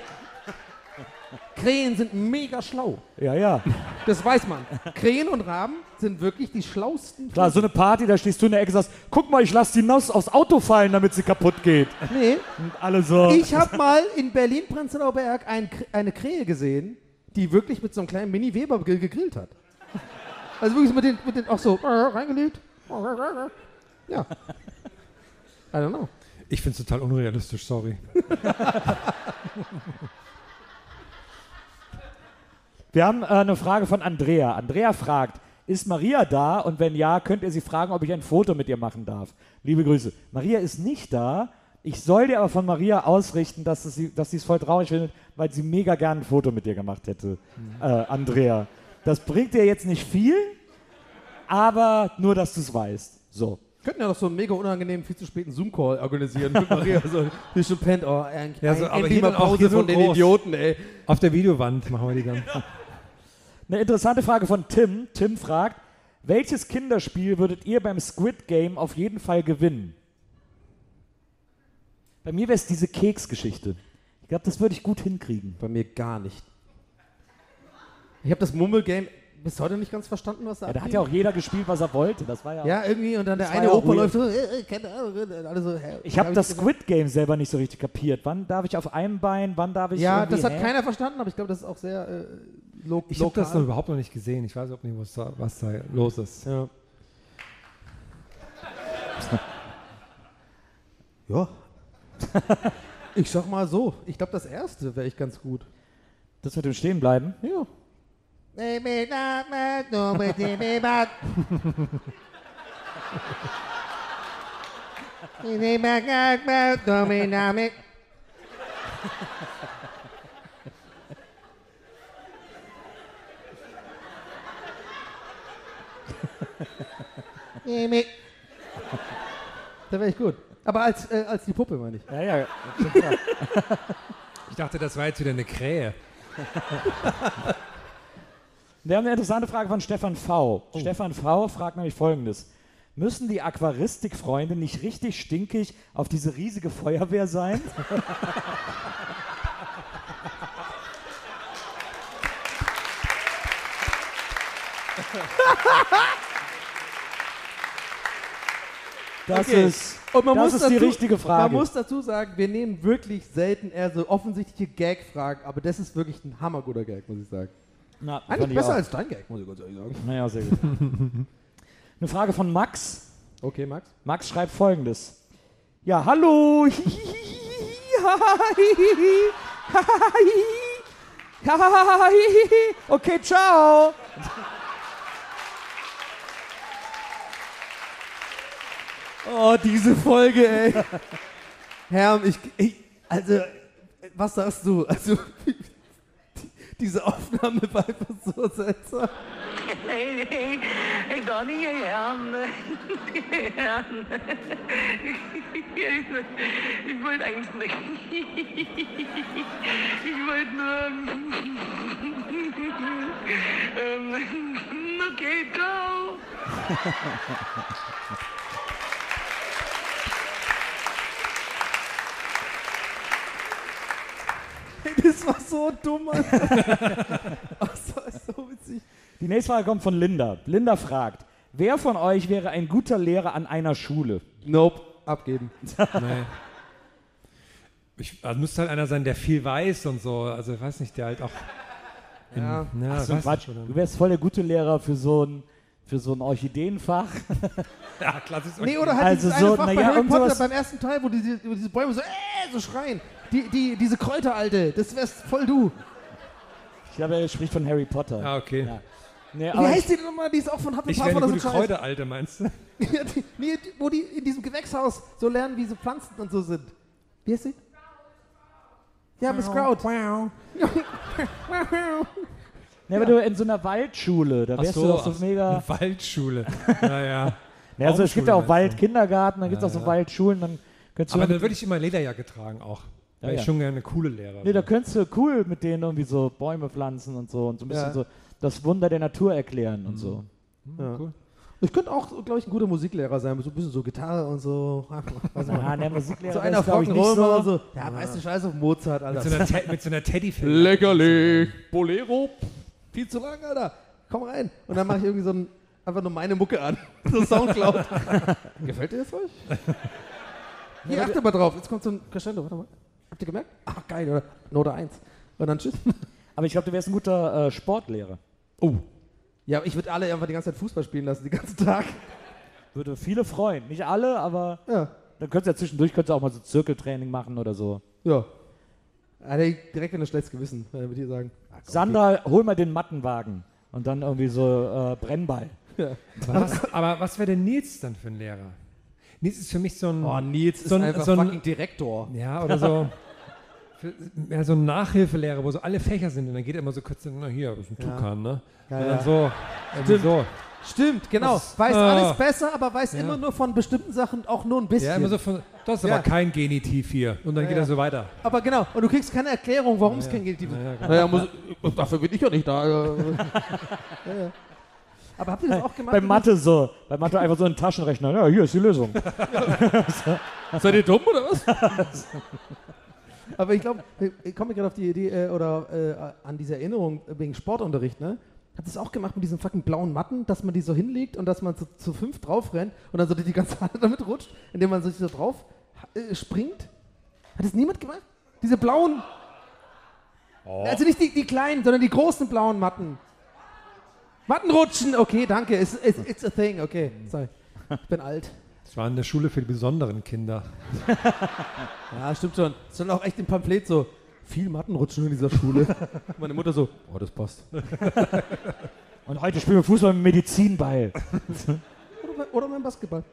[SPEAKER 5] Krähen sind mega schlau.
[SPEAKER 3] Ja, ja,
[SPEAKER 5] Das weiß man. Krähen und Raben sind wirklich die schlausten.
[SPEAKER 3] klar, so eine Party, da stehst du in der Ecke und sagst, guck mal, ich lass die Nuss aufs Auto fallen, damit sie kaputt geht.
[SPEAKER 5] Nee.
[SPEAKER 3] Und alle so,
[SPEAKER 5] Ich habe mal in Berlin-Prenzlauer Berg ein, Kr- eine Krähe gesehen, die wirklich mit so einem kleinen Mini-Weber ge- gegrillt hat. Also wirklich mit den, mit den auch so äh, reingelegt. Ja. I don't know.
[SPEAKER 4] Ich finde es total unrealistisch, sorry.
[SPEAKER 3] wir haben äh, eine Frage von Andrea. Andrea fragt, ist Maria da? Und wenn ja, könnt ihr sie fragen, ob ich ein Foto mit ihr machen darf. Liebe Grüße. Maria ist nicht da. Ich soll dir aber von Maria ausrichten, dass es sie dass sie es voll traurig findet, weil sie mega gern ein Foto mit dir gemacht hätte, äh, Andrea. Das bringt dir jetzt nicht viel, aber nur, dass du es weißt. So.
[SPEAKER 5] Könnten ja noch so einen mega unangenehmen, viel zu späten Zoom-Call organisieren mit Maria. So, die ist schon pennt. Oh, eigentlich.
[SPEAKER 4] Ja, so, aber
[SPEAKER 5] endlich
[SPEAKER 4] hier
[SPEAKER 5] mal
[SPEAKER 4] dann auch hier
[SPEAKER 5] Pause
[SPEAKER 4] so
[SPEAKER 5] von den
[SPEAKER 4] groß.
[SPEAKER 5] Idioten, ey.
[SPEAKER 4] Auf der Videowand machen wir die dann.
[SPEAKER 3] Eine interessante Frage von Tim. Tim fragt, welches Kinderspiel würdet ihr beim Squid Game auf jeden Fall gewinnen? Bei mir wäre es diese Keksgeschichte. Ich glaube, das würde ich gut hinkriegen.
[SPEAKER 5] Bei mir gar nicht. Ich habe das Mumble-Game bis heute nicht ganz verstanden, was da
[SPEAKER 3] Ja, da hat
[SPEAKER 5] abgeht.
[SPEAKER 3] ja auch jeder gespielt, was er wollte. Das war ja.
[SPEAKER 5] Ja, irgendwie, und dann der
[SPEAKER 3] Das war
[SPEAKER 5] eine
[SPEAKER 3] ja auch
[SPEAKER 5] Opa
[SPEAKER 3] weird.
[SPEAKER 5] läuft so, äh, äh, keine Ahnung, äh, alle so, hä,
[SPEAKER 3] Ich habe
[SPEAKER 5] hab
[SPEAKER 3] das
[SPEAKER 5] gesagt?
[SPEAKER 3] Squid Game selber nicht so richtig kapiert. Wann darf ich auf einem Bein? Wann darf ich?
[SPEAKER 5] Ja,
[SPEAKER 3] irgendwie-
[SPEAKER 5] das hat
[SPEAKER 3] hä?
[SPEAKER 5] keiner verstanden, aber ich glaube, das ist auch sehr äh, lo
[SPEAKER 4] Ich habe
[SPEAKER 5] lokal.
[SPEAKER 4] das noch überhaupt noch nicht gesehen. Ich weiß auch nicht, was da, was da los ist.
[SPEAKER 5] ja. ja. ich sag mal so, ich glaube, das erste wäre ich ganz gut.
[SPEAKER 3] Das mit dem Stehenbleiben.
[SPEAKER 5] Ja. Da wäre ich gut. Aber als, äh, als die Puppe, meine ich.
[SPEAKER 3] Ja, ja.
[SPEAKER 4] Ich dachte, das war jetzt wieder eine Krähe.
[SPEAKER 3] Wir haben eine interessante Frage von Stefan V.
[SPEAKER 5] Oh.
[SPEAKER 3] Stefan V. fragt nämlich folgendes. Müssen die Aquaristikfreunde nicht richtig stinkig auf diese riesige Feuerwehr sein? Das
[SPEAKER 5] Okay.
[SPEAKER 3] ist,
[SPEAKER 5] Und man
[SPEAKER 3] das
[SPEAKER 5] muss
[SPEAKER 3] ist
[SPEAKER 5] dazu,
[SPEAKER 3] die richtige Frage.
[SPEAKER 5] Man muss dazu sagen, wir nehmen wirklich selten eher so offensichtliche Gag-Fragen, aber das ist wirklich ein hammerguter Gag, muss ich sagen.
[SPEAKER 3] Na, fand
[SPEAKER 5] Eigentlich
[SPEAKER 3] ich
[SPEAKER 5] besser
[SPEAKER 3] auch.
[SPEAKER 5] als dein Gag, muss ich ganz ehrlich sagen.
[SPEAKER 3] Naja, sehr gut. Eine Frage von Max.
[SPEAKER 5] Okay, Max.
[SPEAKER 3] Max schreibt folgendes. Ja, hallo. Okay, ciao.
[SPEAKER 5] Oh, diese Folge, ey. Herr, ich, ich, also, was sagst du? Also, diese Aufnahme war einfach so seltsam.
[SPEAKER 7] Ik kan niet hierheen. Ich wollte eigentlich nicht. Ich wollte nur. Ähm, Okay, ciao.
[SPEAKER 5] Das war so dumm, Alter. Das war so witzig.
[SPEAKER 3] Die nächste Frage kommt von Linda. Linda fragt, wer von euch wäre ein guter Lehrer an einer Schule?
[SPEAKER 5] Nope, abgeben.
[SPEAKER 4] Nee. Ich, also müsste halt einer sein, der viel weiß und so. Also ich weiß nicht, der halt auch. In,
[SPEAKER 5] Ja.
[SPEAKER 4] na,
[SPEAKER 3] Ach so,
[SPEAKER 4] weiß
[SPEAKER 3] Quatsch.
[SPEAKER 4] nicht, oder-
[SPEAKER 3] Du wärst voll der gute Lehrer für so ein, für so ein Orchideenfach.
[SPEAKER 4] Ja, klassisch.
[SPEAKER 5] Nee, oder halt
[SPEAKER 3] Also
[SPEAKER 5] dieses
[SPEAKER 3] so,
[SPEAKER 5] eine Fach
[SPEAKER 3] na
[SPEAKER 5] bei
[SPEAKER 3] ja,
[SPEAKER 5] Harry
[SPEAKER 3] irgend
[SPEAKER 5] Potter
[SPEAKER 3] sowas-
[SPEAKER 5] beim ersten Teil, wo diese, wo diese Bäume so, äh, so schreien. Die, die, diese Kräuteralte, das wärst voll du.
[SPEAKER 3] Ich glaube, er spricht von Harry Potter.
[SPEAKER 4] Ah, okay.
[SPEAKER 3] Ja. Nee,
[SPEAKER 5] Wie
[SPEAKER 3] aber
[SPEAKER 5] heißt die denn nochmal? Die ist auch von
[SPEAKER 4] Ich
[SPEAKER 5] Hufflepuff
[SPEAKER 4] wäre
[SPEAKER 5] oder
[SPEAKER 4] eine
[SPEAKER 5] so
[SPEAKER 4] gute
[SPEAKER 5] Scheiß.
[SPEAKER 4] Kräuteralte, meinst du?
[SPEAKER 5] Ja, die, nee, die, wo die in diesem Gewächshaus so lernen, wie so Pflanzen und so sind. Wie heißt sie? Ja, Miss Grout.
[SPEAKER 4] Wow.
[SPEAKER 3] nee, aber du in so einer Waldschule, da
[SPEAKER 4] Ach
[SPEAKER 3] wärst
[SPEAKER 4] so, Hm.
[SPEAKER 3] du doch so
[SPEAKER 4] ach,
[SPEAKER 3] mega.
[SPEAKER 4] Eine Waldschule. Naja.
[SPEAKER 3] Ja, also es gibt ja auch
[SPEAKER 4] Baumschule meinst
[SPEAKER 3] Waldkindergarten, dann gibt es auch so Waldschulen, dann könntest
[SPEAKER 4] du.
[SPEAKER 3] du.
[SPEAKER 4] Aber dann würde ich immer Lederjacke tragen auch. Weil
[SPEAKER 3] ja.
[SPEAKER 4] ich schon gerne eine coole Lehrer.
[SPEAKER 3] nee, da
[SPEAKER 4] bin.
[SPEAKER 3] könntest du cool mit denen irgendwie so Bäume pflanzen und so und so ein bisschen
[SPEAKER 5] Ja. Mhm.
[SPEAKER 3] so das Wunder der Natur erklären und so.
[SPEAKER 5] Ich könnte auch, glaube ich, ein guter Musiklehrer sein, so ein bisschen so Gitarre und so. Weiß man.
[SPEAKER 3] Ah, der Musiklehrer
[SPEAKER 5] so
[SPEAKER 3] ist,
[SPEAKER 5] einer
[SPEAKER 3] glaub
[SPEAKER 5] fragt
[SPEAKER 3] ich,
[SPEAKER 5] einen
[SPEAKER 3] nicht
[SPEAKER 5] Römer
[SPEAKER 3] so.
[SPEAKER 5] und so. Ja, weißt du, scheiße auf Mozart,
[SPEAKER 4] mit so
[SPEAKER 5] Alter.
[SPEAKER 4] einer, Te mit so einer Teddyfilm.
[SPEAKER 6] Leckerlich. Bolero.
[SPEAKER 5] Viel zu lang, Alter. Komm rein. Und dann mache ich irgendwie so ein, einfach nur meine Mucke an. So Soundcloud. Gefällt dir das euch? Hier, achte mal drauf. Jetzt kommt so ein Crescendo. Warte mal. Habt ihr gemerkt? Ah, geil, oder? Note 1. Und dann tschüss.
[SPEAKER 3] Aber ich glaube, du wärst ein guter äh, Sportlehrer.
[SPEAKER 5] Oh. Ja, ich würde alle einfach die ganze Zeit Fußball spielen lassen, den ganzen Tag.
[SPEAKER 3] Würde viele freuen. Nicht alle, aber
[SPEAKER 5] Ja.
[SPEAKER 3] dann könntest du ja zwischendurch könntest du auch mal so Zirkeltraining machen oder so.
[SPEAKER 5] Ja. Alter, ich direkt in ein schlechtes Gewissen, wenn wir dir sagen. Ah, komm,
[SPEAKER 3] Sandra, hol mal den Mattenwagen und dann irgendwie so äh, Brennball.
[SPEAKER 4] Was, aber was wäre denn Nils dann für ein Lehrer? Nils ist für mich so ein.
[SPEAKER 5] geh. Oh, Nils ist
[SPEAKER 4] so ein,
[SPEAKER 5] einfach
[SPEAKER 4] so ein
[SPEAKER 5] fucking Direktor.
[SPEAKER 4] Ja, oder so. für- Ja, so ein Nachhilfelehrer, wo so alle Fächer sind und dann geht er immer so kurz, na hier, das ist ein Tukan, ne?
[SPEAKER 5] Ja,
[SPEAKER 4] und dann
[SPEAKER 5] ja.
[SPEAKER 4] so, äh, irgendwie
[SPEAKER 5] Stimmt.
[SPEAKER 4] so.
[SPEAKER 5] Stimmt, genau. Weiß alles besser, aber weiß immer nur von bestimmten Sachen auch nur ein bisschen.
[SPEAKER 4] Ja, immer so von, das ist
[SPEAKER 5] Ja.
[SPEAKER 4] aber kein Genitiv hier. Und dann geht
[SPEAKER 5] ja.
[SPEAKER 4] er so weiter.
[SPEAKER 5] aber genau, und du kriegst keine Erklärung, warum es kein Genitiv ist.
[SPEAKER 6] Naja, muss, dafür bin ich ja nicht da. also.
[SPEAKER 5] Aber habt ihr das auch gemacht?
[SPEAKER 3] Bei Mathe so. Bei Mathe einfach so einen Taschenrechner. Ja, hier ist die Lösung.
[SPEAKER 6] Seid ihr dumm oder was?
[SPEAKER 5] Aber ich glaube, ich komme gerade auf die Idee äh, oder äh, an diese Erinnerung wegen Sportunterricht, ne? Hat das auch gemacht mit diesen fucking blauen Matten, dass man die so hinlegt und dass man so zu fünf drauf rennt und dann so die ganze Hand damit rutscht, indem man so so drauf äh, springt? Hat das niemand gemacht? Diese blauen. Also nicht die, die kleinen, sondern die großen blauen Matten. Matten rutschen, okay, danke. It's, it's, it's a thing, okay. Sorry. Ich bin alt.
[SPEAKER 4] Das war in der Schule für die besonderen Kinder.
[SPEAKER 5] Ja, stimmt schon. Es stand auch echt im Pamphlet so, viel Matten rutschen in dieser Schule. Meine Mutter so, oh, das passt.
[SPEAKER 3] Und heute spielen wir Fußball mit Medizinball.
[SPEAKER 5] Oder mein, oder mein Basketball.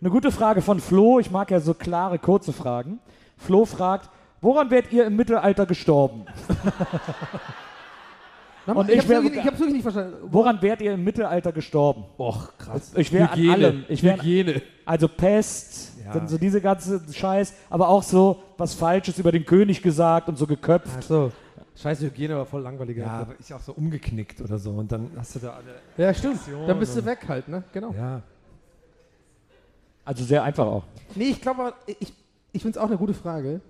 [SPEAKER 3] Eine gute Frage von Flo. Ich mag ja so klare, kurze Fragen. Flo fragt, woran werdet ihr im Mittelalter gestorben?
[SPEAKER 5] Nochmal,
[SPEAKER 3] Und
[SPEAKER 5] ich
[SPEAKER 3] ich
[SPEAKER 5] hab's
[SPEAKER 3] wär-
[SPEAKER 5] wirklich, ich hab's wirklich nicht verstanden.
[SPEAKER 3] Woran wärt ihr im Mittelalter gestorben?
[SPEAKER 5] Och, krass.
[SPEAKER 3] Ich wäre an allem. Ich wär an,
[SPEAKER 6] Hygiene.
[SPEAKER 3] also Pest,
[SPEAKER 4] Ja.
[SPEAKER 3] dann so diese ganze Scheiß, aber auch so was Falsches über den König gesagt und so geköpft.
[SPEAKER 5] Achso. Scheiße, Hygiene war voll langweiliger.
[SPEAKER 4] Ja, aber ich auch so umgeknickt oder so. Und dann hast du da alle.
[SPEAKER 5] ja stimmt. Dann bist du weg halt, ne? Genau.
[SPEAKER 4] Ja.
[SPEAKER 3] Also sehr einfach auch.
[SPEAKER 5] Nee, ich glaube, ich, ich finde es auch eine gute Frage.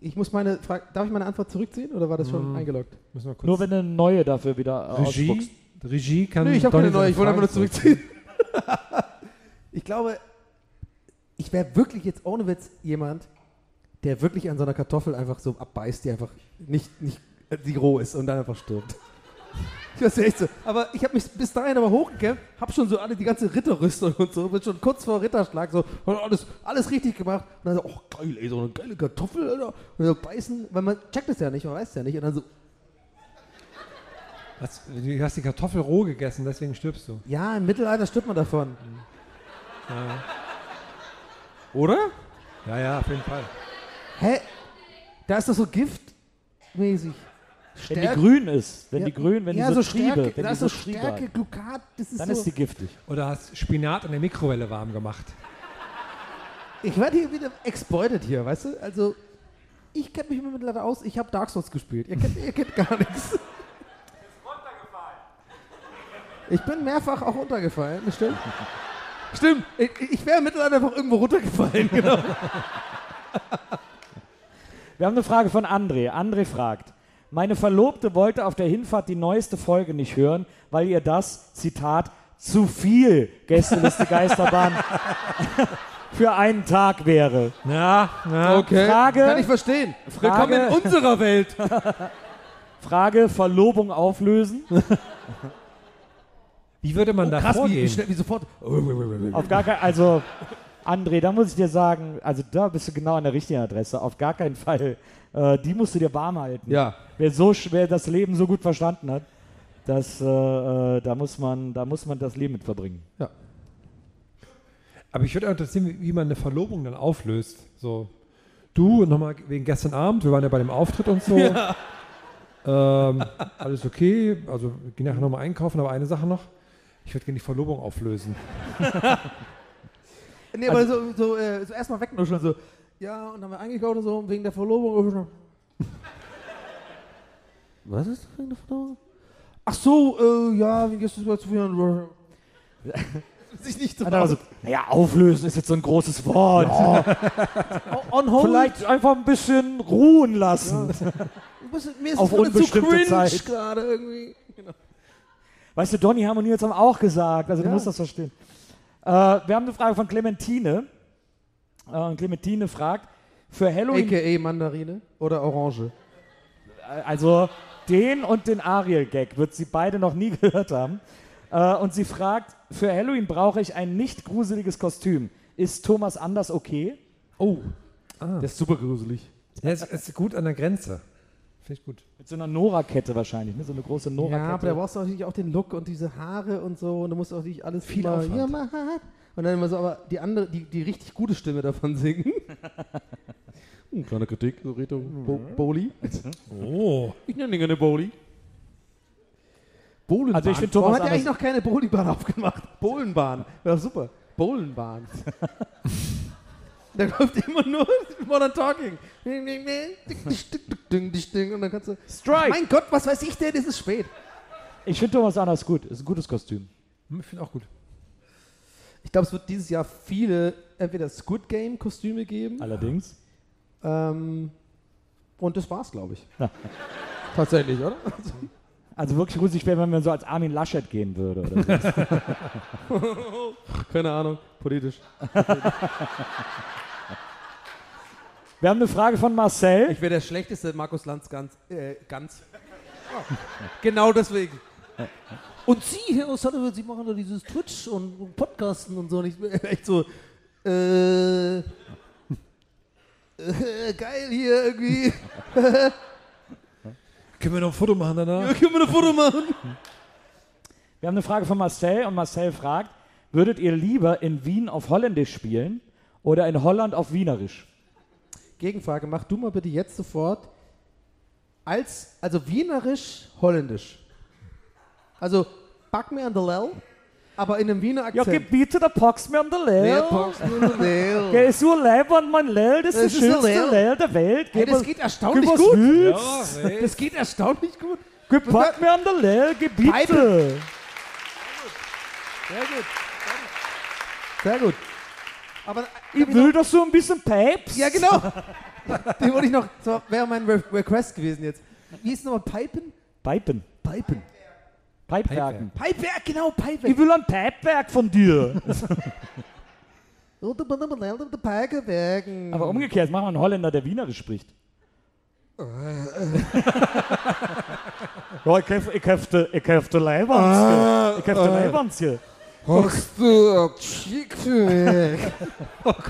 [SPEAKER 5] Ich muss meine Frage, darf ich meine Antwort zurückziehen oder war das schon eingeloggt?
[SPEAKER 4] Mm. Müssen wir kurz.
[SPEAKER 3] Nur wenn du eine neue dafür wieder äh,
[SPEAKER 4] Regie,
[SPEAKER 3] ausspuckst.
[SPEAKER 4] Regie kann.
[SPEAKER 5] Nö, ich habe keine
[SPEAKER 4] Donny
[SPEAKER 5] neue, ich
[SPEAKER 4] seine
[SPEAKER 5] wollte einfach nur
[SPEAKER 4] Fragen
[SPEAKER 5] zurückziehen. ich glaube, ich wäre wirklich jetzt ohne Witz jemand, der wirklich an so einer Kartoffel einfach so abbeißt, die einfach nicht, nicht äh, die roh ist und dann einfach stirbt. Ich weiß echt so. Aber ich habe mich bis dahin aber hochgekämpft, habe schon so alle die ganze Ritterrüstung und so, bin schon kurz vor Ritterschlag so, hab alles, alles richtig gemacht. Und dann so, oh geil, ey, so eine geile Kartoffel, Alter. Und so beißen, weil man checkt es ja nicht, man weiß es ja nicht. Und dann so,
[SPEAKER 4] Hast, du hast die Kartoffel roh gegessen, deswegen stirbst du.
[SPEAKER 5] ja, im Mittelalter stirbt man davon.
[SPEAKER 4] Oder? Ja, ja, auf jeden Fall.
[SPEAKER 5] Hä? Da ist doch so giftmäßig.
[SPEAKER 3] Wenn
[SPEAKER 5] Stärke-
[SPEAKER 3] die grün ist, wenn
[SPEAKER 5] Ja.
[SPEAKER 3] die grün, wenn
[SPEAKER 5] ja,
[SPEAKER 3] die so, Triebe,
[SPEAKER 5] Stärke,
[SPEAKER 3] wenn
[SPEAKER 5] da
[SPEAKER 3] die
[SPEAKER 5] ist
[SPEAKER 3] so
[SPEAKER 5] so
[SPEAKER 3] Triebe
[SPEAKER 5] Stärke,
[SPEAKER 3] hat,
[SPEAKER 5] Glukat, das ist
[SPEAKER 3] dann
[SPEAKER 5] so.
[SPEAKER 3] ist die giftig.
[SPEAKER 4] Oder hast Spinat in der Mikrowelle warm gemacht.
[SPEAKER 5] ich werde hier wieder exploited hier, weißt du? Also, ich kenne mich immer mittlerweile aus, ich habe Dark Souls gespielt. Ihr kennt, ihr kennt gar nichts. Ich bin mehrfach auch runtergefallen, das stimmt. Stimmt, ich, ich wäre mittlerweile einfach irgendwo runtergefallen, genau.
[SPEAKER 3] Wir haben eine Frage von André. André fragt, meine Verlobte wollte auf der Hinfahrt die neueste Folge nicht hören, weil ihr das, Zitat, zu viel Gästeliste Geisterbahn für einen Tag wäre.
[SPEAKER 4] Na, na.
[SPEAKER 5] Okay,
[SPEAKER 3] Frage-
[SPEAKER 5] kann ich verstehen.
[SPEAKER 3] Frage-
[SPEAKER 5] Willkommen in unserer Welt.
[SPEAKER 3] Frage, Verlobung auflösen?
[SPEAKER 4] Wie würde man da
[SPEAKER 5] Krass, wie, wie
[SPEAKER 4] vorgehen?
[SPEAKER 5] schnell, wie sofort.
[SPEAKER 3] Auf gar kein, also André, da muss ich dir sagen, also da bist du genau an der richtigen Adresse. Auf gar keinen Fall. Äh, die musst du dir warm halten.
[SPEAKER 6] Ja.
[SPEAKER 3] Wer, so, sch- wer das Leben so gut verstanden hat, dass, äh, äh, da, muss man, da muss man das Leben mit verbringen.
[SPEAKER 4] Aber ich würde auch interessieren, wie- wie man eine Verlobung dann auflöst. So, du nochmal wegen gestern Abend, wir waren ja bei dem Auftritt und so. Ähm, alles okay, also wir gehen nachher nochmal einkaufen, aber eine Sache noch. Ich würde gerne die Verlobung auflösen.
[SPEAKER 5] Nee, aber so, so, äh, so erstmal wegnuscheln, so. Ja, und dann haben wir eingekauft und so, wegen der Verlobung. Was ist wegen der Verlobung? Ach so, äh, ja, wie gehst du mal zu viel? Sich nicht so
[SPEAKER 3] Und dann war so, also, naja, auflösen ist jetzt so ein großes Wort.
[SPEAKER 5] On hold.
[SPEAKER 3] Vielleicht einfach ein bisschen ruhen lassen.
[SPEAKER 5] Du bist- mir ist
[SPEAKER 3] Auf
[SPEAKER 5] es gerade
[SPEAKER 3] unbestimmte
[SPEAKER 5] zu cringe
[SPEAKER 3] Zeit.
[SPEAKER 5] gerade irgendwie. Genau.
[SPEAKER 3] Weißt du, Donny haben und Nils haben auch gesagt, also du
[SPEAKER 5] Ja.
[SPEAKER 3] musst das verstehen. Äh, wir haben eine Frage von Clementine. Äh, und Clementine fragt, für Halloween
[SPEAKER 5] AKA Mandarine oder Orange.
[SPEAKER 3] Also den und den Ariel-Gag wird sie beide noch nie gehört haben. Äh, und sie fragt, für Halloween brauche ich ein nicht gruseliges Kostüm. Ist Thomas Anders okay?
[SPEAKER 4] Oh,
[SPEAKER 6] Der ist super gruselig.
[SPEAKER 4] ja, es ist gut an der Grenze. Finde ich gut.
[SPEAKER 3] Mit so einer Nora-Kette wahrscheinlich, ne? so eine große
[SPEAKER 5] Ja, aber
[SPEAKER 3] Nora-Kette.
[SPEAKER 5] da brauchst du natürlich auch den Look und diese Haare und so und du musst auch natürlich alles
[SPEAKER 4] Viel
[SPEAKER 5] immer,
[SPEAKER 4] Aufwand.
[SPEAKER 5] Ja, mach halt. Und dann immer so, aber die andere, die, die richtig gute Stimme davon singen.
[SPEAKER 6] Hm, kleine Kritik, so Richtung Bo Boli.
[SPEAKER 4] Oh.
[SPEAKER 6] Ich nenne ihn gerne Boli. Bohlenbahn.
[SPEAKER 3] Also ich finde
[SPEAKER 5] Warum
[SPEAKER 3] Thomas
[SPEAKER 5] hat er eigentlich
[SPEAKER 3] Anders...
[SPEAKER 5] noch keine Bowlingbahn aufgemacht? Bowlingbahn. Ja, super. Bowlingbahn. da läuft immer nur Modern Talking. Und dann kannst du.
[SPEAKER 3] Strike!
[SPEAKER 5] Mein Gott, was weiß ich denn? Es ist spät.
[SPEAKER 3] Ich finde Thomas Anders gut. Ist ein gutes Kostüm.
[SPEAKER 4] Hm, Ich finde auch gut.
[SPEAKER 5] Ich glaube, es wird dieses Jahr viele entweder Squid Game Kostüme geben.
[SPEAKER 3] Allerdings.
[SPEAKER 5] Ähm, und das war's, glaube ich. Tatsächlich, oder?
[SPEAKER 3] Also wirklich gruselig wäre, wenn man so als Armin Laschet gehen würde. Oder so.
[SPEAKER 6] Keine Ahnung, politisch.
[SPEAKER 3] wir haben eine Frage von Marcel.
[SPEAKER 5] Ich wäre der schlechteste Markus Lanz ganz. Äh, ganz. genau deswegen. Und Sie, Herr O'Sullivan, Sie machen doch dieses Twitch und, und Podcasten und so. Und ich bin echt so. Äh, äh, geil hier irgendwie.
[SPEAKER 4] Können wir noch ein Foto machen danach?
[SPEAKER 5] Können wir ein Foto machen?
[SPEAKER 3] Wir haben eine Frage von Marcel und Marcel fragt, würdet ihr lieber in Wien auf Holländisch spielen oder in Holland auf Wienerisch?
[SPEAKER 5] Gegenfrage, mach du mal bitte jetzt sofort als, also wienerisch, holländisch. Also, back mir an der Lell, aber in einem Wiener
[SPEAKER 3] Ja,
[SPEAKER 5] Akzent.
[SPEAKER 3] gib bitte, da packst mir an der
[SPEAKER 5] Nee,
[SPEAKER 3] Lell.
[SPEAKER 5] pack's mir an der Lell.
[SPEAKER 3] Der ist so leibend, mein Lell, das,
[SPEAKER 5] Das
[SPEAKER 3] ist das
[SPEAKER 5] ist der
[SPEAKER 3] schönste
[SPEAKER 5] Lell.
[SPEAKER 3] Lell. der Welt.
[SPEAKER 5] Hey,
[SPEAKER 3] Gib
[SPEAKER 5] das
[SPEAKER 3] was-
[SPEAKER 5] geht
[SPEAKER 3] gib
[SPEAKER 5] erstaunlich
[SPEAKER 3] was
[SPEAKER 5] gut.
[SPEAKER 3] willst.
[SPEAKER 5] Das geht erstaunlich gut.
[SPEAKER 3] Gib pack mir an der Lell, gib bitte.
[SPEAKER 5] Bible. Sehr gut. Sehr gut. Aber
[SPEAKER 3] Ich will, dass du ein bisschen pipes.
[SPEAKER 5] ja, genau. Den wollte ich noch. Das war- wäre mein Re Request gewesen jetzt. Wie ist nochmal Pipen?
[SPEAKER 3] Pipen.
[SPEAKER 5] Pipen.
[SPEAKER 3] Pipewerken.
[SPEAKER 5] Pipewerk, genau, Pipewerk.
[SPEAKER 3] Ich will ein Pipewerk von dir.
[SPEAKER 5] um- Pipewerken.
[SPEAKER 3] Aber umgekehrt, machen wir einen Holländer, der Wienerisch spricht. ja, ich helfe, ich helfe, ich helfe Leibands. Ich helfe Leibands hier.
[SPEAKER 5] Ah. Äh. Hast du Chick für mich?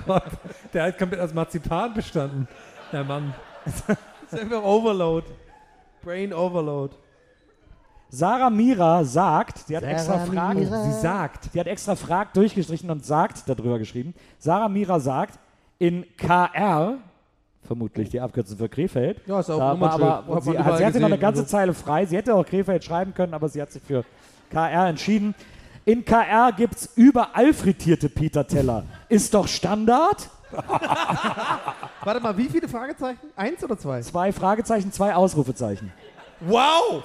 [SPEAKER 4] Der hat komplett aus Marzipan bestanden. Der Mann.
[SPEAKER 5] Das ist einfach Overload. Brain Overload.
[SPEAKER 3] Sarah Mira sagt, sie hat extra Fragen.
[SPEAKER 4] Sie sagt.
[SPEAKER 3] Die hat extra Frag durchgestrichen und sagt darüber geschrieben. Sarah Mira sagt, in KR, vermutlich die Abkürzung für Krefeld,
[SPEAKER 5] Ja, ist auch
[SPEAKER 3] da
[SPEAKER 5] ein
[SPEAKER 3] war aber,
[SPEAKER 5] Nummernschild, hat
[SPEAKER 3] sie,
[SPEAKER 5] man
[SPEAKER 3] hat,
[SPEAKER 5] überall
[SPEAKER 3] sie hatte noch eine
[SPEAKER 5] gesehen,
[SPEAKER 3] ganze
[SPEAKER 5] also.
[SPEAKER 3] Zeile frei, sie hätte auch Krefeld schreiben können, aber sie hat sich für KR entschieden. In KR gibt es überall frittierte Pita-Teller. Ist doch Standard?
[SPEAKER 5] Warte mal, wie viele Fragezeichen? Eins oder zwei?
[SPEAKER 3] Zwei Fragezeichen, zwei Ausrufezeichen.
[SPEAKER 5] Wow!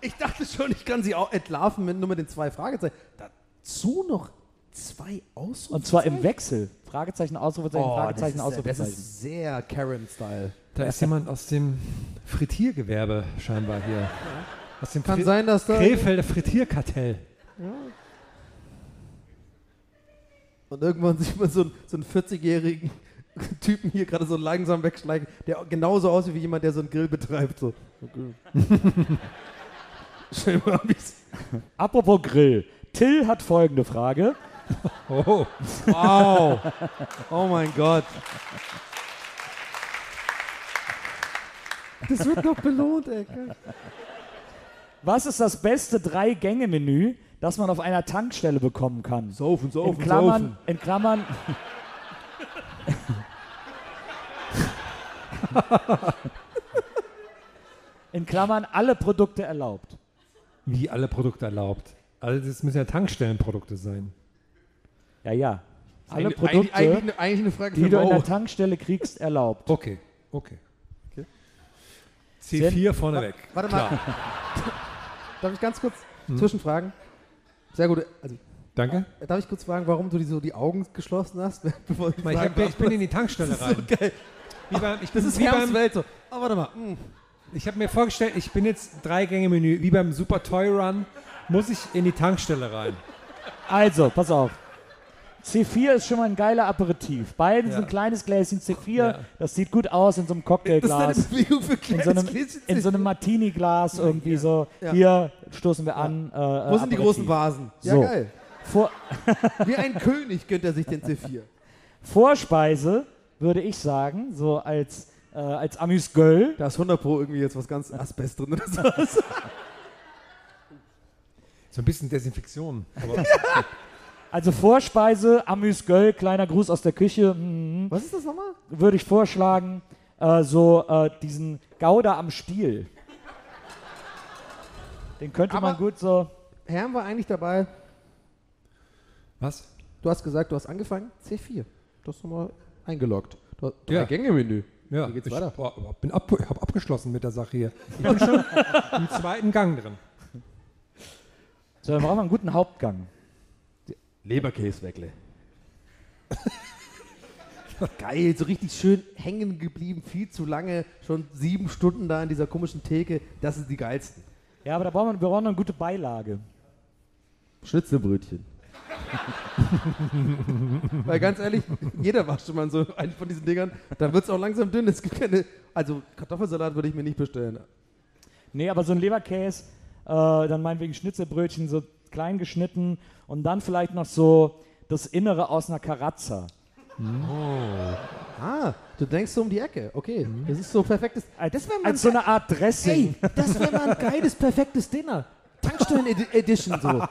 [SPEAKER 5] Ich dachte schon, ich kann sie auch entlarven mit nur mit den zwei Fragezeichen. Dazu noch zwei Ausrufezeichen. Oh,
[SPEAKER 3] Und zwar im Wechsel. Fragezeichen, Ausrufezeichen, Fragezeichen,
[SPEAKER 5] das, ist,
[SPEAKER 3] Ausrufezeichen.
[SPEAKER 5] sehr Karen-Style.
[SPEAKER 4] Da ist jemand aus dem Frittiergewerbe scheinbar hier. Aus dem
[SPEAKER 5] Kann
[SPEAKER 4] Fri-
[SPEAKER 5] sein, dass da-
[SPEAKER 4] Krefelder Frittierkartell.
[SPEAKER 5] Und irgendwann sieht man so einen, so einen 40-jährigen Typen hier gerade so langsam wegschleichen, der genauso aussieht wie jemand, der so einen Grill betreibt. So. Stell dir mal, wie es-
[SPEAKER 3] Apropos Grill. Till hat folgende Frage.
[SPEAKER 4] Oh.
[SPEAKER 6] Wow. Oh mein Gott.
[SPEAKER 5] Das wird noch belohnt, ey. geil.
[SPEAKER 3] Was ist das beste Drei-Gänge-Menü, das man auf einer Tankstelle bekommen kann?
[SPEAKER 6] Saufen, saufen,
[SPEAKER 3] in Klammern,
[SPEAKER 6] saufen.
[SPEAKER 3] in Klammern. in Klammern alle Produkte erlaubt.
[SPEAKER 4] Wie alle Produkte erlaubt. Also das müssen ja Tankstellenprodukte sein.
[SPEAKER 3] Ja, ja. Alle
[SPEAKER 6] Eigentlich-
[SPEAKER 3] Produkte,
[SPEAKER 6] eigentlich, eigentlich, eine- eigentlich eine Frage
[SPEAKER 3] die
[SPEAKER 6] für
[SPEAKER 3] du in
[SPEAKER 6] Mo.
[SPEAKER 3] der Tankstelle kriegst, erlaubt.
[SPEAKER 4] Okay, okay. C4 vorneweg.
[SPEAKER 5] Warte mal. Darf ich ganz kurz zwischenfragen? Sehr gut. Also,
[SPEAKER 4] Danke.
[SPEAKER 5] darf ich kurz fragen, warum du die, so die Augen geschlossen hast? Bevor ich
[SPEAKER 4] Ich, hab,
[SPEAKER 5] frage,
[SPEAKER 4] ich bin in die Tankstelle rein. Wie beim, ich
[SPEAKER 5] das
[SPEAKER 4] bin
[SPEAKER 5] ist
[SPEAKER 4] wie
[SPEAKER 5] Herms
[SPEAKER 4] beim,
[SPEAKER 5] Welt so. Oh, warte mal. Hm.
[SPEAKER 4] Ich habe mir vorgestellt, ich bin jetzt drei Gänge Menü, wie beim Super Toy Run, muss ich in die Tankstelle rein.
[SPEAKER 3] Also, pass auf. C4 ist schon mal ein geiler Aperitif. Beiden
[SPEAKER 4] Ja.
[SPEAKER 3] sind ein kleines Gläschen C4.
[SPEAKER 4] Ja.
[SPEAKER 3] Das sieht gut aus in so einem Cocktailglas.
[SPEAKER 5] Das ist eine Bewegung für
[SPEAKER 3] in
[SPEAKER 5] kleines
[SPEAKER 3] so einem,
[SPEAKER 5] Kindchen.
[SPEAKER 3] in so einem Martini-Glas irgendwie so.
[SPEAKER 5] Ja.
[SPEAKER 3] Hier stoßen wir an. Äh,
[SPEAKER 5] Wo sind die
[SPEAKER 3] Aperitif.
[SPEAKER 5] großen Vasen? Ja,
[SPEAKER 3] So.
[SPEAKER 5] geil.
[SPEAKER 3] Vor,
[SPEAKER 5] Wie ein König gönnt er sich den C4.
[SPEAKER 3] Vorspeise würde ich sagen, so als, äh, als Amüs-Göll.
[SPEAKER 5] Da ist 100 Pro irgendwie jetzt was ganz Asbest drin oder sowas.
[SPEAKER 4] So ein bisschen Desinfektion. Aber
[SPEAKER 3] Also Vorspeise, Amüs-Göll, kleiner Gruß aus der Küche. Mhm.
[SPEAKER 5] Was ist das nochmal?
[SPEAKER 3] Würde ich vorschlagen, äh, so äh, diesen Gouda am Stiel. Den könnte man
[SPEAKER 5] Aber-
[SPEAKER 3] gut so.
[SPEAKER 5] Herm war eigentlich dabei.
[SPEAKER 4] was?
[SPEAKER 5] Du hast gesagt, du hast angefangen. C4. Du hast nochmal eingeloggt. Du hast drei
[SPEAKER 4] Ja.
[SPEAKER 5] Gänge-Menü.
[SPEAKER 4] Ja,
[SPEAKER 5] Wie geht's
[SPEAKER 4] ich
[SPEAKER 5] weiter?
[SPEAKER 4] boah, bin ab, hab abgeschlossen mit der Sache hier. Ich bin schon im zweiten Gang drin.
[SPEAKER 3] So, dann brauchen wir einen guten Hauptgang.
[SPEAKER 6] Leberkäsweckle.
[SPEAKER 5] Geil, so richtig schön hängen geblieben, viel zu lange, schon sieben Stunden da in dieser komischen Theke. Das sind die geilsten.
[SPEAKER 3] Ja, aber da brauchen wir, wir brauchen noch eine gute Beilage.
[SPEAKER 5] Schnitzelbrötchen. Weil ganz ehrlich, jeder war schon mal in so einem von diesen Dingern. Dann wird es auch langsam dünn. Es gibt keine. Also Kartoffelsalat würde ich mir nicht bestellen.
[SPEAKER 3] Nee, aber so ein Leberkäse, äh, dann meinetwegen Schnitzelbrötchen, so klein geschnitten und dann vielleicht noch so das Innere aus einer Karazza.
[SPEAKER 5] Ah, du denkst so um die Ecke. Okay. Das ist so perfektes. Also Das wäre mal,
[SPEAKER 3] Mhm.
[SPEAKER 5] ein
[SPEAKER 3] Als so eine Art Dressing.
[SPEAKER 5] ge- ey, das wär mal ein geiles, perfektes Dinner. Tankstellen-Edition so.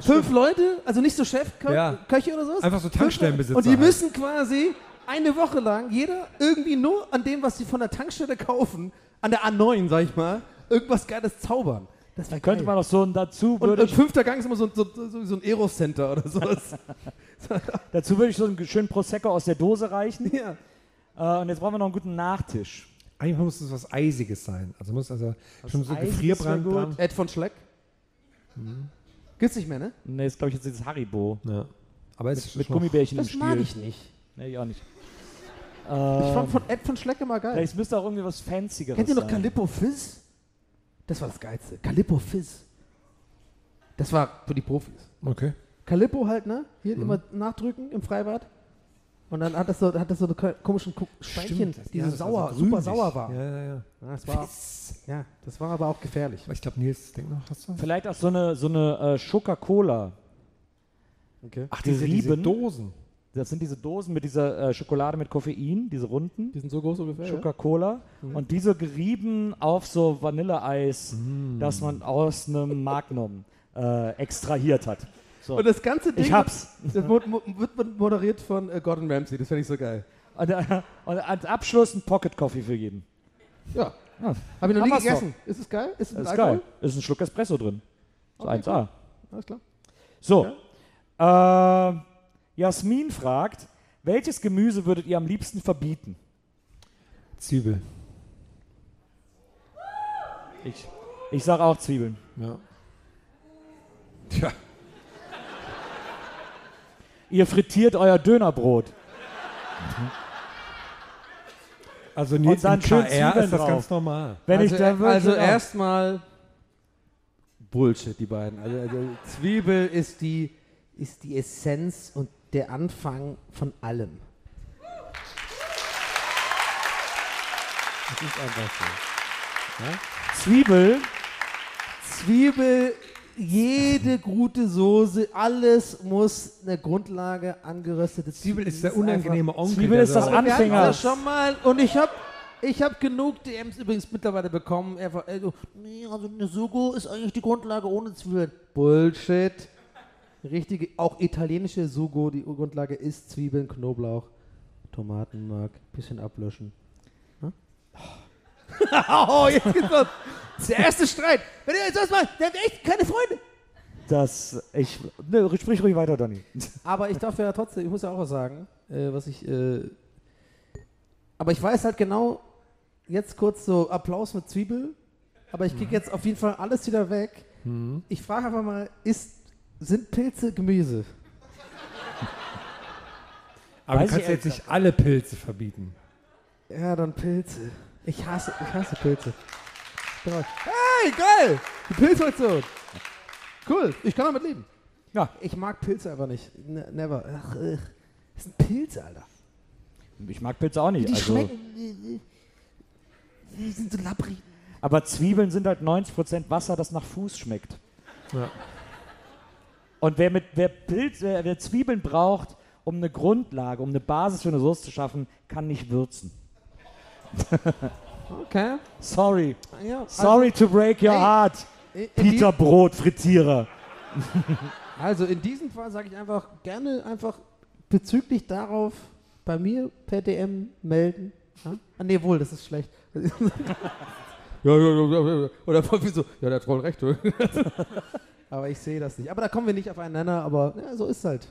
[SPEAKER 5] Fünf Leute, also nicht so Chefköche
[SPEAKER 4] Ja.
[SPEAKER 5] Köche oder sowas.
[SPEAKER 4] Einfach so
[SPEAKER 5] Fünf
[SPEAKER 4] Tankstellenbesitzer
[SPEAKER 5] Und die
[SPEAKER 4] halt.
[SPEAKER 5] müssen quasi eine Woche lang jeder irgendwie nur an dem, was sie von der Tankstelle kaufen, an der A9, sag ich mal, irgendwas Geiles zaubern. Das wäre
[SPEAKER 3] Könnte man noch so ein dazu
[SPEAKER 5] Und äh,
[SPEAKER 3] würde
[SPEAKER 5] im
[SPEAKER 3] ich,
[SPEAKER 5] fünfter Gang ist immer so, ein- so, so, so ein Aero-Center oder sowas.
[SPEAKER 3] dazu würde ich so einen schönen Prosecco aus der Dose reichen.
[SPEAKER 5] ja.
[SPEAKER 3] Äh, und jetzt brauchen wir noch einen guten Nachtisch.
[SPEAKER 4] Eigentlich muss es was Eisiges sein. Also muss also schon so Mhm.
[SPEAKER 3] Eisiges
[SPEAKER 4] Gefrierbrand
[SPEAKER 3] wär
[SPEAKER 4] dran.
[SPEAKER 3] gut.
[SPEAKER 5] Ed von Schleck. Gibt's nicht mehr, ne?
[SPEAKER 3] Ne, ist glaube ich jetzt dieses Haribo
[SPEAKER 4] Ja. Aber es
[SPEAKER 3] mit
[SPEAKER 4] ist schon
[SPEAKER 3] Gummibärchen
[SPEAKER 5] Das
[SPEAKER 3] im
[SPEAKER 5] mag
[SPEAKER 3] Stiel.
[SPEAKER 5] ich nicht.
[SPEAKER 3] Nee, ich auch nicht.
[SPEAKER 5] Ich fand von Ed von Schleck immer geil.
[SPEAKER 3] Vielleicht müsste auch irgendwie was Fancygeres
[SPEAKER 5] Kennt ihr noch
[SPEAKER 3] sein.
[SPEAKER 5] Calippo Fizz? Das war das Geilste. Calippo Fizz. Das war für die Profis.
[SPEAKER 4] Okay.
[SPEAKER 5] Calippo halt, ne? Hier immer nachdrücken im Freibad. Und dann hat das so, hat das so eine ko- komischen Ku- Steinchen,
[SPEAKER 4] Stimmt, das-
[SPEAKER 5] die
[SPEAKER 4] ja,
[SPEAKER 5] so
[SPEAKER 4] das war
[SPEAKER 5] sauer,
[SPEAKER 4] so
[SPEAKER 5] super
[SPEAKER 4] grünlich.
[SPEAKER 5] sauer war.
[SPEAKER 4] Ja, ja, ja.
[SPEAKER 5] Ja, das war ja, das war aber auch gefährlich.
[SPEAKER 4] Aber ich glaube, Nils, denk noch, hast du?
[SPEAKER 3] Vielleicht auch so eine, so eine äh, Schoka-Cola.
[SPEAKER 5] Okay.
[SPEAKER 4] Ach,
[SPEAKER 3] diese- diese
[SPEAKER 4] Dosen.
[SPEAKER 3] Das sind diese Dosen mit dieser äh, Schokolade mit Koffein, diese runden.
[SPEAKER 5] Die sind so groß ungefähr. ja? Mhm.
[SPEAKER 3] Coca-Cola und diese gerieben auf so Vanilleeis,
[SPEAKER 5] Mhm.
[SPEAKER 3] das man aus einem Magnum äh, extrahiert hat. So.
[SPEAKER 5] Und das ganze Ding
[SPEAKER 3] ich hab's.
[SPEAKER 5] Das mo mo wird mo- moderiert von äh, Gordon Ramsay, das fände ich so geil.
[SPEAKER 3] Und, äh, und als Abschluss ein Pocket Coffee für jeden.
[SPEAKER 5] Ja.
[SPEAKER 3] Ja.
[SPEAKER 5] Habe ich noch
[SPEAKER 3] Haben
[SPEAKER 5] nie
[SPEAKER 3] wir's
[SPEAKER 5] gegessen. Ist es geil? Ist es mit
[SPEAKER 3] Das ist
[SPEAKER 5] Alkohol?
[SPEAKER 3] geil. Ist ein Schluck Espresso drin. So
[SPEAKER 5] Okay,
[SPEAKER 3] 1A.
[SPEAKER 5] Alles klar.
[SPEAKER 3] So. Äh, Jasmin fragt, welches Gemüse würdet ihr am liebsten verbieten?
[SPEAKER 4] Zwiebel.
[SPEAKER 3] Ich, ich sage auch Zwiebeln.
[SPEAKER 4] Ja. Tja.
[SPEAKER 3] Ihr frittiert euer Dönerbrot.
[SPEAKER 4] Also Nils,
[SPEAKER 3] dann
[SPEAKER 4] im
[SPEAKER 3] schön
[SPEAKER 4] KR
[SPEAKER 3] Zwiebeln
[SPEAKER 4] ist das
[SPEAKER 3] drauf.
[SPEAKER 4] ganz normal.
[SPEAKER 3] Wenn ich da
[SPEAKER 5] äh,
[SPEAKER 3] wirklich
[SPEAKER 5] also
[SPEAKER 3] auch-
[SPEAKER 5] erstmal Bullshit, die beiden. Also, also Zwiebel ist die, ist die Essenz und der Anfang von allem. Das ist einfach so.
[SPEAKER 3] Zwiebel
[SPEAKER 5] Zwiebel jede gute Soße, alles muss eine Grundlage angeröstete Zwiebel
[SPEAKER 4] ist der unangenehme Onkel.
[SPEAKER 3] Zwiebel
[SPEAKER 4] der
[SPEAKER 3] ist das
[SPEAKER 4] da-
[SPEAKER 3] An-
[SPEAKER 5] Wir hatten
[SPEAKER 3] Anfänger.
[SPEAKER 5] das schon mal und ich habe ich hab genug DMs übrigens mittlerweile bekommen. Einfach, äh, so, nee, also eine Sugo ist eigentlich die Grundlage ohne Zwiebeln. Bullshit. Richtige, auch italienische Sugo, die Grundlage ist Zwiebeln, Knoblauch, Tomatenmark, bisschen ablöschen. Hm? oh, jetzt geht's los. Das ist der erste Streit. Wenn ihr jetzt was macht, dann habt ihr echt keine Freunde.
[SPEAKER 3] Das, ich, ne, sprich ruhig weiter, Donny.
[SPEAKER 5] Aber ich darf ja trotzdem, ich muss ja auch was sagen, äh, was ich. Äh, aber ich weiß halt genau, jetzt kurz so Applaus mit Zwiebel, aber ich
[SPEAKER 4] Mhm.
[SPEAKER 5] kriege jetzt auf jeden Fall alles wieder weg. Ich frage einfach mal, ist, sind Pilze Gemüse?
[SPEAKER 4] Aber du
[SPEAKER 3] Weiß ich
[SPEAKER 4] kannst jetzt nicht alle Pilze verbieten.
[SPEAKER 5] Ja, dann Pilze. Ich hasse, ich hasse Pilze. Ich bin raus. Hey, geil! Die Pilzaktion! Cool, ich kann damit leben.
[SPEAKER 3] Ja.
[SPEAKER 5] Ich mag Pilze einfach nicht. Ne- never. Ach, ugh. Das ist ein Pilz, Alter.
[SPEAKER 3] Ich mag Pilze auch nicht.
[SPEAKER 5] Die
[SPEAKER 3] also,
[SPEAKER 5] schmecken. die- die- Die sind so lapprig.
[SPEAKER 3] aber Zwiebeln sind halt 90% Wasser, das nach Fuß schmeckt.
[SPEAKER 4] Ja.
[SPEAKER 3] Und wer, mit, wer, Pilz, äh, wer Zwiebeln braucht, um eine Grundlage, um eine Basis für eine Soße zu schaffen, kann nicht würzen.
[SPEAKER 5] Okay.
[SPEAKER 3] Sorry.
[SPEAKER 5] Ja,
[SPEAKER 3] Sorry to break your
[SPEAKER 5] Ey,
[SPEAKER 3] heart.
[SPEAKER 5] Also, in, in
[SPEAKER 3] Peter Brot, Frittierer.
[SPEAKER 5] die- also in diesem Fall sage ich einfach gerne einfach bezüglich darauf bei mir per DM melden. Ja? Ah, nee, wohl, das ist schlecht.
[SPEAKER 6] Ja, ja, ja, ja, ja. Oder voll wie so, ja, der hat voll recht. oder?
[SPEAKER 5] aber ich sehe das nicht. Aber da kommen wir nicht aufeinander, aber ja, so ist halt.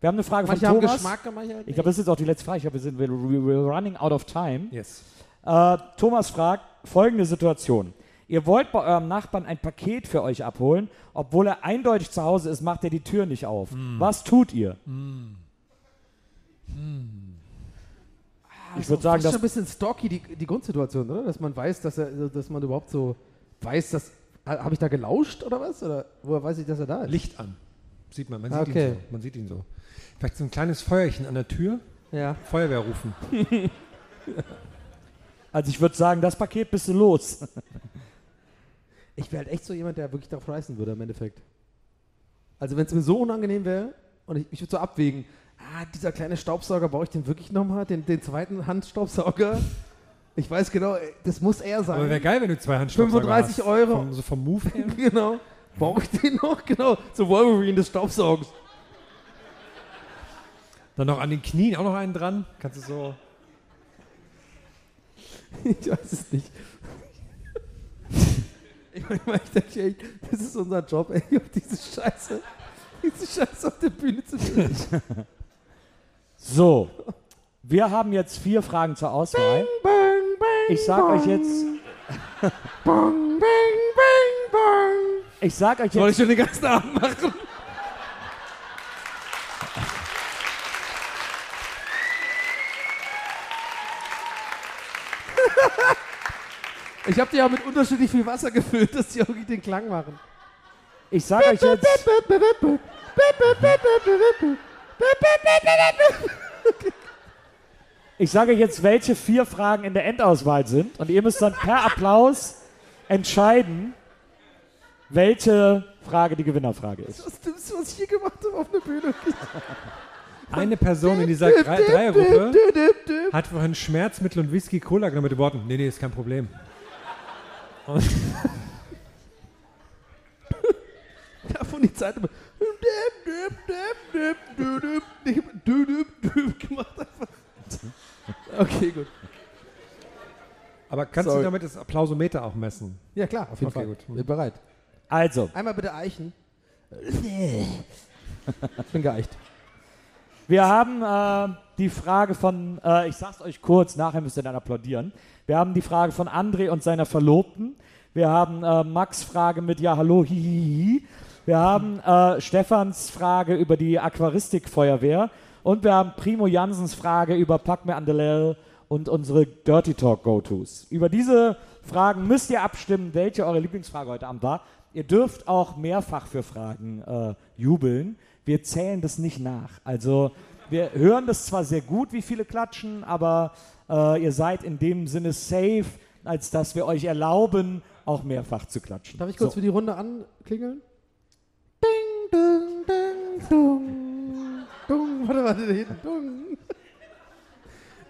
[SPEAKER 3] Wir haben eine Frage
[SPEAKER 5] Manche
[SPEAKER 3] von
[SPEAKER 5] haben
[SPEAKER 3] Thomas.
[SPEAKER 5] Geschmack, manche halt
[SPEAKER 3] Ich glaube, das ist jetzt auch die letzte Frage. Ich glaube, wir sind we're, we're running out of time.
[SPEAKER 4] Yes.
[SPEAKER 3] Äh, Thomas fragt folgende Situation. Ihr wollt bei eurem Nachbarn ein Paket für euch abholen, obwohl er eindeutig zu Hause ist, macht er die Tür nicht auf. Was tut ihr? Ich würde sagen,
[SPEAKER 5] das ist schon
[SPEAKER 3] dass
[SPEAKER 5] ein bisschen stalky, die, die Grundsituation, oder? Dass man weiß, dass er, also, dass man überhaupt so weiß, dass. Habe ich da gelauscht oder was? Oder woher weiß ich, dass er da ist?
[SPEAKER 4] Licht an. Sieht man, man sieht,
[SPEAKER 5] Okay.
[SPEAKER 4] ihn so. man sieht ihn so. Vielleicht so ein kleines Feuerchen an der Tür,
[SPEAKER 5] Ja.
[SPEAKER 4] Feuerwehr rufen.
[SPEAKER 3] also ich würde sagen, das Paket bist du los.
[SPEAKER 5] Ich wäre halt echt so jemand, der wirklich darauf reißen würde im Endeffekt. Also wenn es mir so unangenehm wäre und ich, ich würde so abwägen, ah, dieser kleine Staubsauger, brauche ich den wirklich nochmal, den, den zweiten Handstaubsauger? Ich weiß genau, ey, das muss er sein.
[SPEAKER 4] Aber wäre geil, wenn du zwei Handstaubsauger
[SPEAKER 5] 35
[SPEAKER 4] hast.
[SPEAKER 5] Euro.
[SPEAKER 4] Vom, so vom Move her.
[SPEAKER 5] genau. Brauche ich den noch? Genau. So Wolverine des Staubsaugens.
[SPEAKER 4] Dann noch an den Knien auch noch einen dran. Kannst du so.
[SPEAKER 5] Ich weiß es nicht. Ich meine, ich denke echt, das ist unser Job, ey, auf diese Scheiße, diese Scheiße auf der Bühne zu spielen.
[SPEAKER 3] So, wir haben jetzt vier Fragen zur Auswahl. Ich sag euch jetzt. Ich sag euch jetzt.
[SPEAKER 5] ich schon den ganzen Abend machen? Ich habe die ja mit unterschiedlich viel Wasser gefüllt, dass die auch nicht den Klang machen.
[SPEAKER 3] Ich sag euch jetzt. Ich sage euch jetzt, welche vier Fragen in der Endauswahl sind. Und ihr müsst dann per Applaus entscheiden, welche Frage die Gewinnerfrage ist.
[SPEAKER 5] Das Dümmste, was ich hier gemacht habe auf der Bühne.
[SPEAKER 4] Eine Person in dieser Dre- Dreiergruppe hat vorhin Schmerzmittel und Whisky Cola genommen mit den Worten: Nee, nee, ist kein Problem. Und
[SPEAKER 5] Ja, von die Zeit immer. Ich hab dü- dü- dü gemacht einfach. Okay, gut.
[SPEAKER 4] Aber kannst
[SPEAKER 5] Sorry.
[SPEAKER 4] du damit das Applausometer auch messen?
[SPEAKER 5] Ja, klar, auf jeden
[SPEAKER 4] Okay,
[SPEAKER 5] Fall.
[SPEAKER 4] gut.
[SPEAKER 5] Bin bereit.
[SPEAKER 3] Also,
[SPEAKER 5] Einmal bitte Eichen. Ich bin geeicht.
[SPEAKER 3] wir haben äh, die Frage von, äh, ich sag's euch kurz, nachher müsst ihr dann applaudieren. Wir haben die Frage von André und seiner Verlobten. Wir haben äh, Max' Frage mit Ja, hallo, hihihi. Wir haben äh, Stefans Frage über die Aquaristikfeuerwehr. Und wir haben Primo Jansens Frage über Pack mir an der Lel und unsere Dirty Talk Go-Tos. Über diese Fragen müsst ihr abstimmen, welche eure Lieblingsfrage heute Abend war. Ihr dürft auch mehrfach für Fragen äh, jubeln. Wir zählen das nicht nach. Also wir hören das zwar sehr gut, wie viele klatschen, aber äh, ihr seid in dem Sinne safe, als dass wir euch erlauben, auch mehrfach zu klatschen.
[SPEAKER 5] Darf ich kurz
[SPEAKER 3] so.
[SPEAKER 5] für die Runde anklingeln? dun, dun, dung, dung. Warte, warte, da hinten, dung.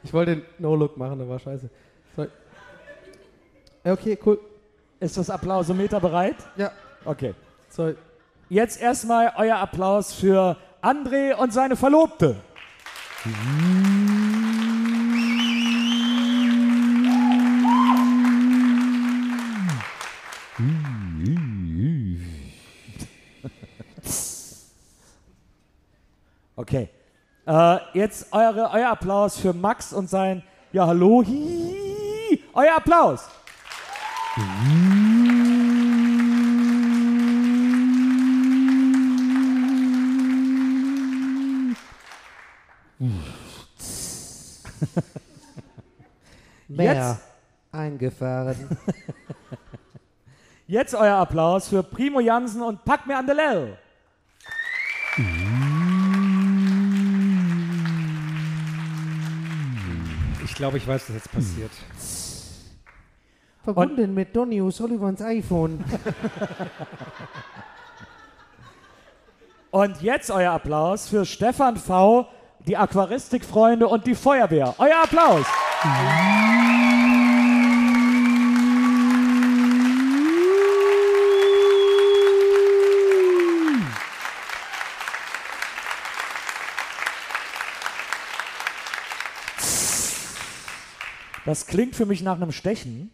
[SPEAKER 5] Ich wollte den No-Look machen, aber scheiße. Sorry. Ja, Okay, cool.
[SPEAKER 3] Ist das Applausometer bereit?
[SPEAKER 5] Ja,
[SPEAKER 3] Okay.
[SPEAKER 5] sorry.
[SPEAKER 3] Jetzt erstmal euer Applaus für André und seine Verlobte. Okay. Äh, jetzt eure, euer Applaus für Max und sein Ja, hallo. Hi, euer Applaus.
[SPEAKER 5] Mehr eingefahren.
[SPEAKER 3] Jetzt euer Applaus für Primo Jansen und Pack mir an der Lell.
[SPEAKER 4] Ich glaube, ich weiß, was jetzt passiert.
[SPEAKER 5] Verbunden mit Donny O'Sullivans iPhone.
[SPEAKER 3] Und jetzt euer Applaus für Stefan V., die Aquaristikfreunde und die Feuerwehr. Euer Applaus. Das klingt für mich nach einem Stechen.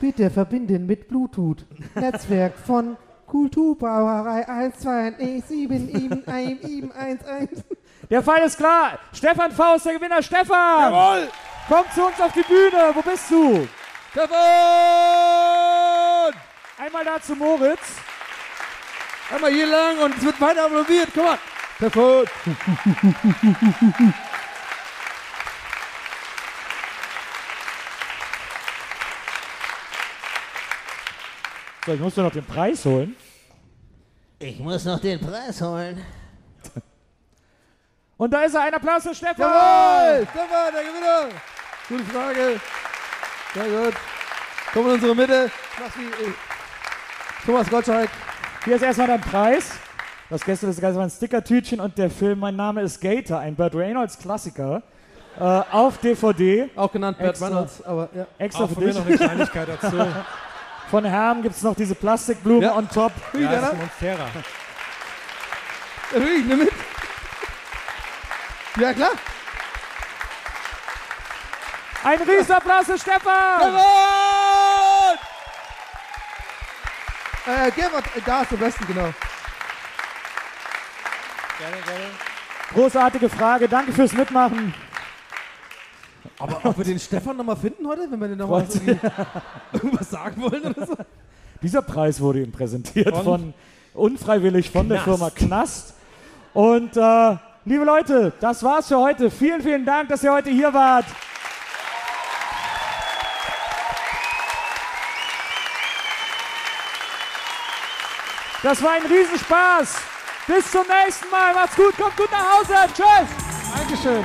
[SPEAKER 5] Bitte verbinden mit Bluetooth. Netzwerk von Kulturbrauerei 12877111.
[SPEAKER 3] Der Fall ist klar. Stefan V. ist der Gewinner. Stefan!
[SPEAKER 6] Jawohl!
[SPEAKER 3] Komm zu uns auf die Bühne. Wo bist du?
[SPEAKER 6] Stefan!
[SPEAKER 3] Einmal da zu Moritz.
[SPEAKER 6] Einmal hier lang und es wird weiter applaudiert. Komm mal! Stefan!
[SPEAKER 3] So, ich muss nur noch den Preis holen.
[SPEAKER 2] Ich muss noch den Preis holen.
[SPEAKER 3] Und da ist er. Ein Applaus für Stefan.
[SPEAKER 6] Jawohl! Stefan, der Gewinner! Gute Frage. Sehr gut. Komm in unsere Mitte. Mach's wie äh, Thomas Gottschalk.
[SPEAKER 3] Hier ist erstmal dein Preis. Das Gäste des Geistes war ein Stickertütchen und der Film Mein Name ist Gator, ein Burt Reynolds Klassiker, äh, auf DVD.
[SPEAKER 5] Auch genannt Bert
[SPEAKER 3] Extra.
[SPEAKER 5] Reynolds, aber ja.
[SPEAKER 3] Extra
[SPEAKER 6] Ah,
[SPEAKER 4] Auch
[SPEAKER 3] für
[SPEAKER 4] von mir
[SPEAKER 3] dich.
[SPEAKER 4] noch eine Kleinigkeit dazu. ja,
[SPEAKER 3] Von Herm gibt es noch diese Plastikblumen
[SPEAKER 6] Ja.
[SPEAKER 3] on top.
[SPEAKER 4] das ist ein Monstera.
[SPEAKER 6] Natürlich, nimm mit.
[SPEAKER 5] ja, klar.
[SPEAKER 3] Ein Riesenapplaus für Stefan!
[SPEAKER 6] Stefan!
[SPEAKER 5] Äh, Gerhard, äh, da ist am besten, genau.
[SPEAKER 3] Großartige Frage, danke fürs Mitmachen.
[SPEAKER 5] Aber ob wir den Stefan nochmal finden heute, wenn wir den nochmal
[SPEAKER 3] Wollt-
[SPEAKER 5] irgendwas sagen wollen oder so?
[SPEAKER 3] Dieser Preis wurde ihm präsentiert
[SPEAKER 4] Von?
[SPEAKER 3] von unfreiwillig von der
[SPEAKER 4] Knast.
[SPEAKER 3] Firma Knast. Und äh, liebe Leute, das war's für heute. Vielen, vielen Dank, dass ihr heute hier wart. Das war ein Riesenspaß. Bis zum nächsten Mal. Macht's gut, kommt gut nach Hause. Tschüss.
[SPEAKER 4] Dankeschön.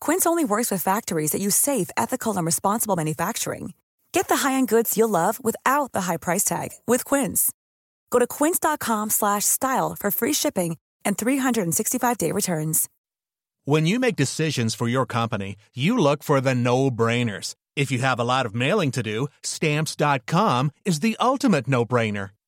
[SPEAKER 1] Quince only works with factories that use safe, ethical, and responsible manufacturing. Get the high-end goods you'll love without the high price tag with Quince. Go to quince.com/style slash style for free shipping and 365-day returns.
[SPEAKER 8] When you make decisions for your company, you look for the no brainers. If you have a lot of mailing to do, stamps.com is the ultimate no brainer.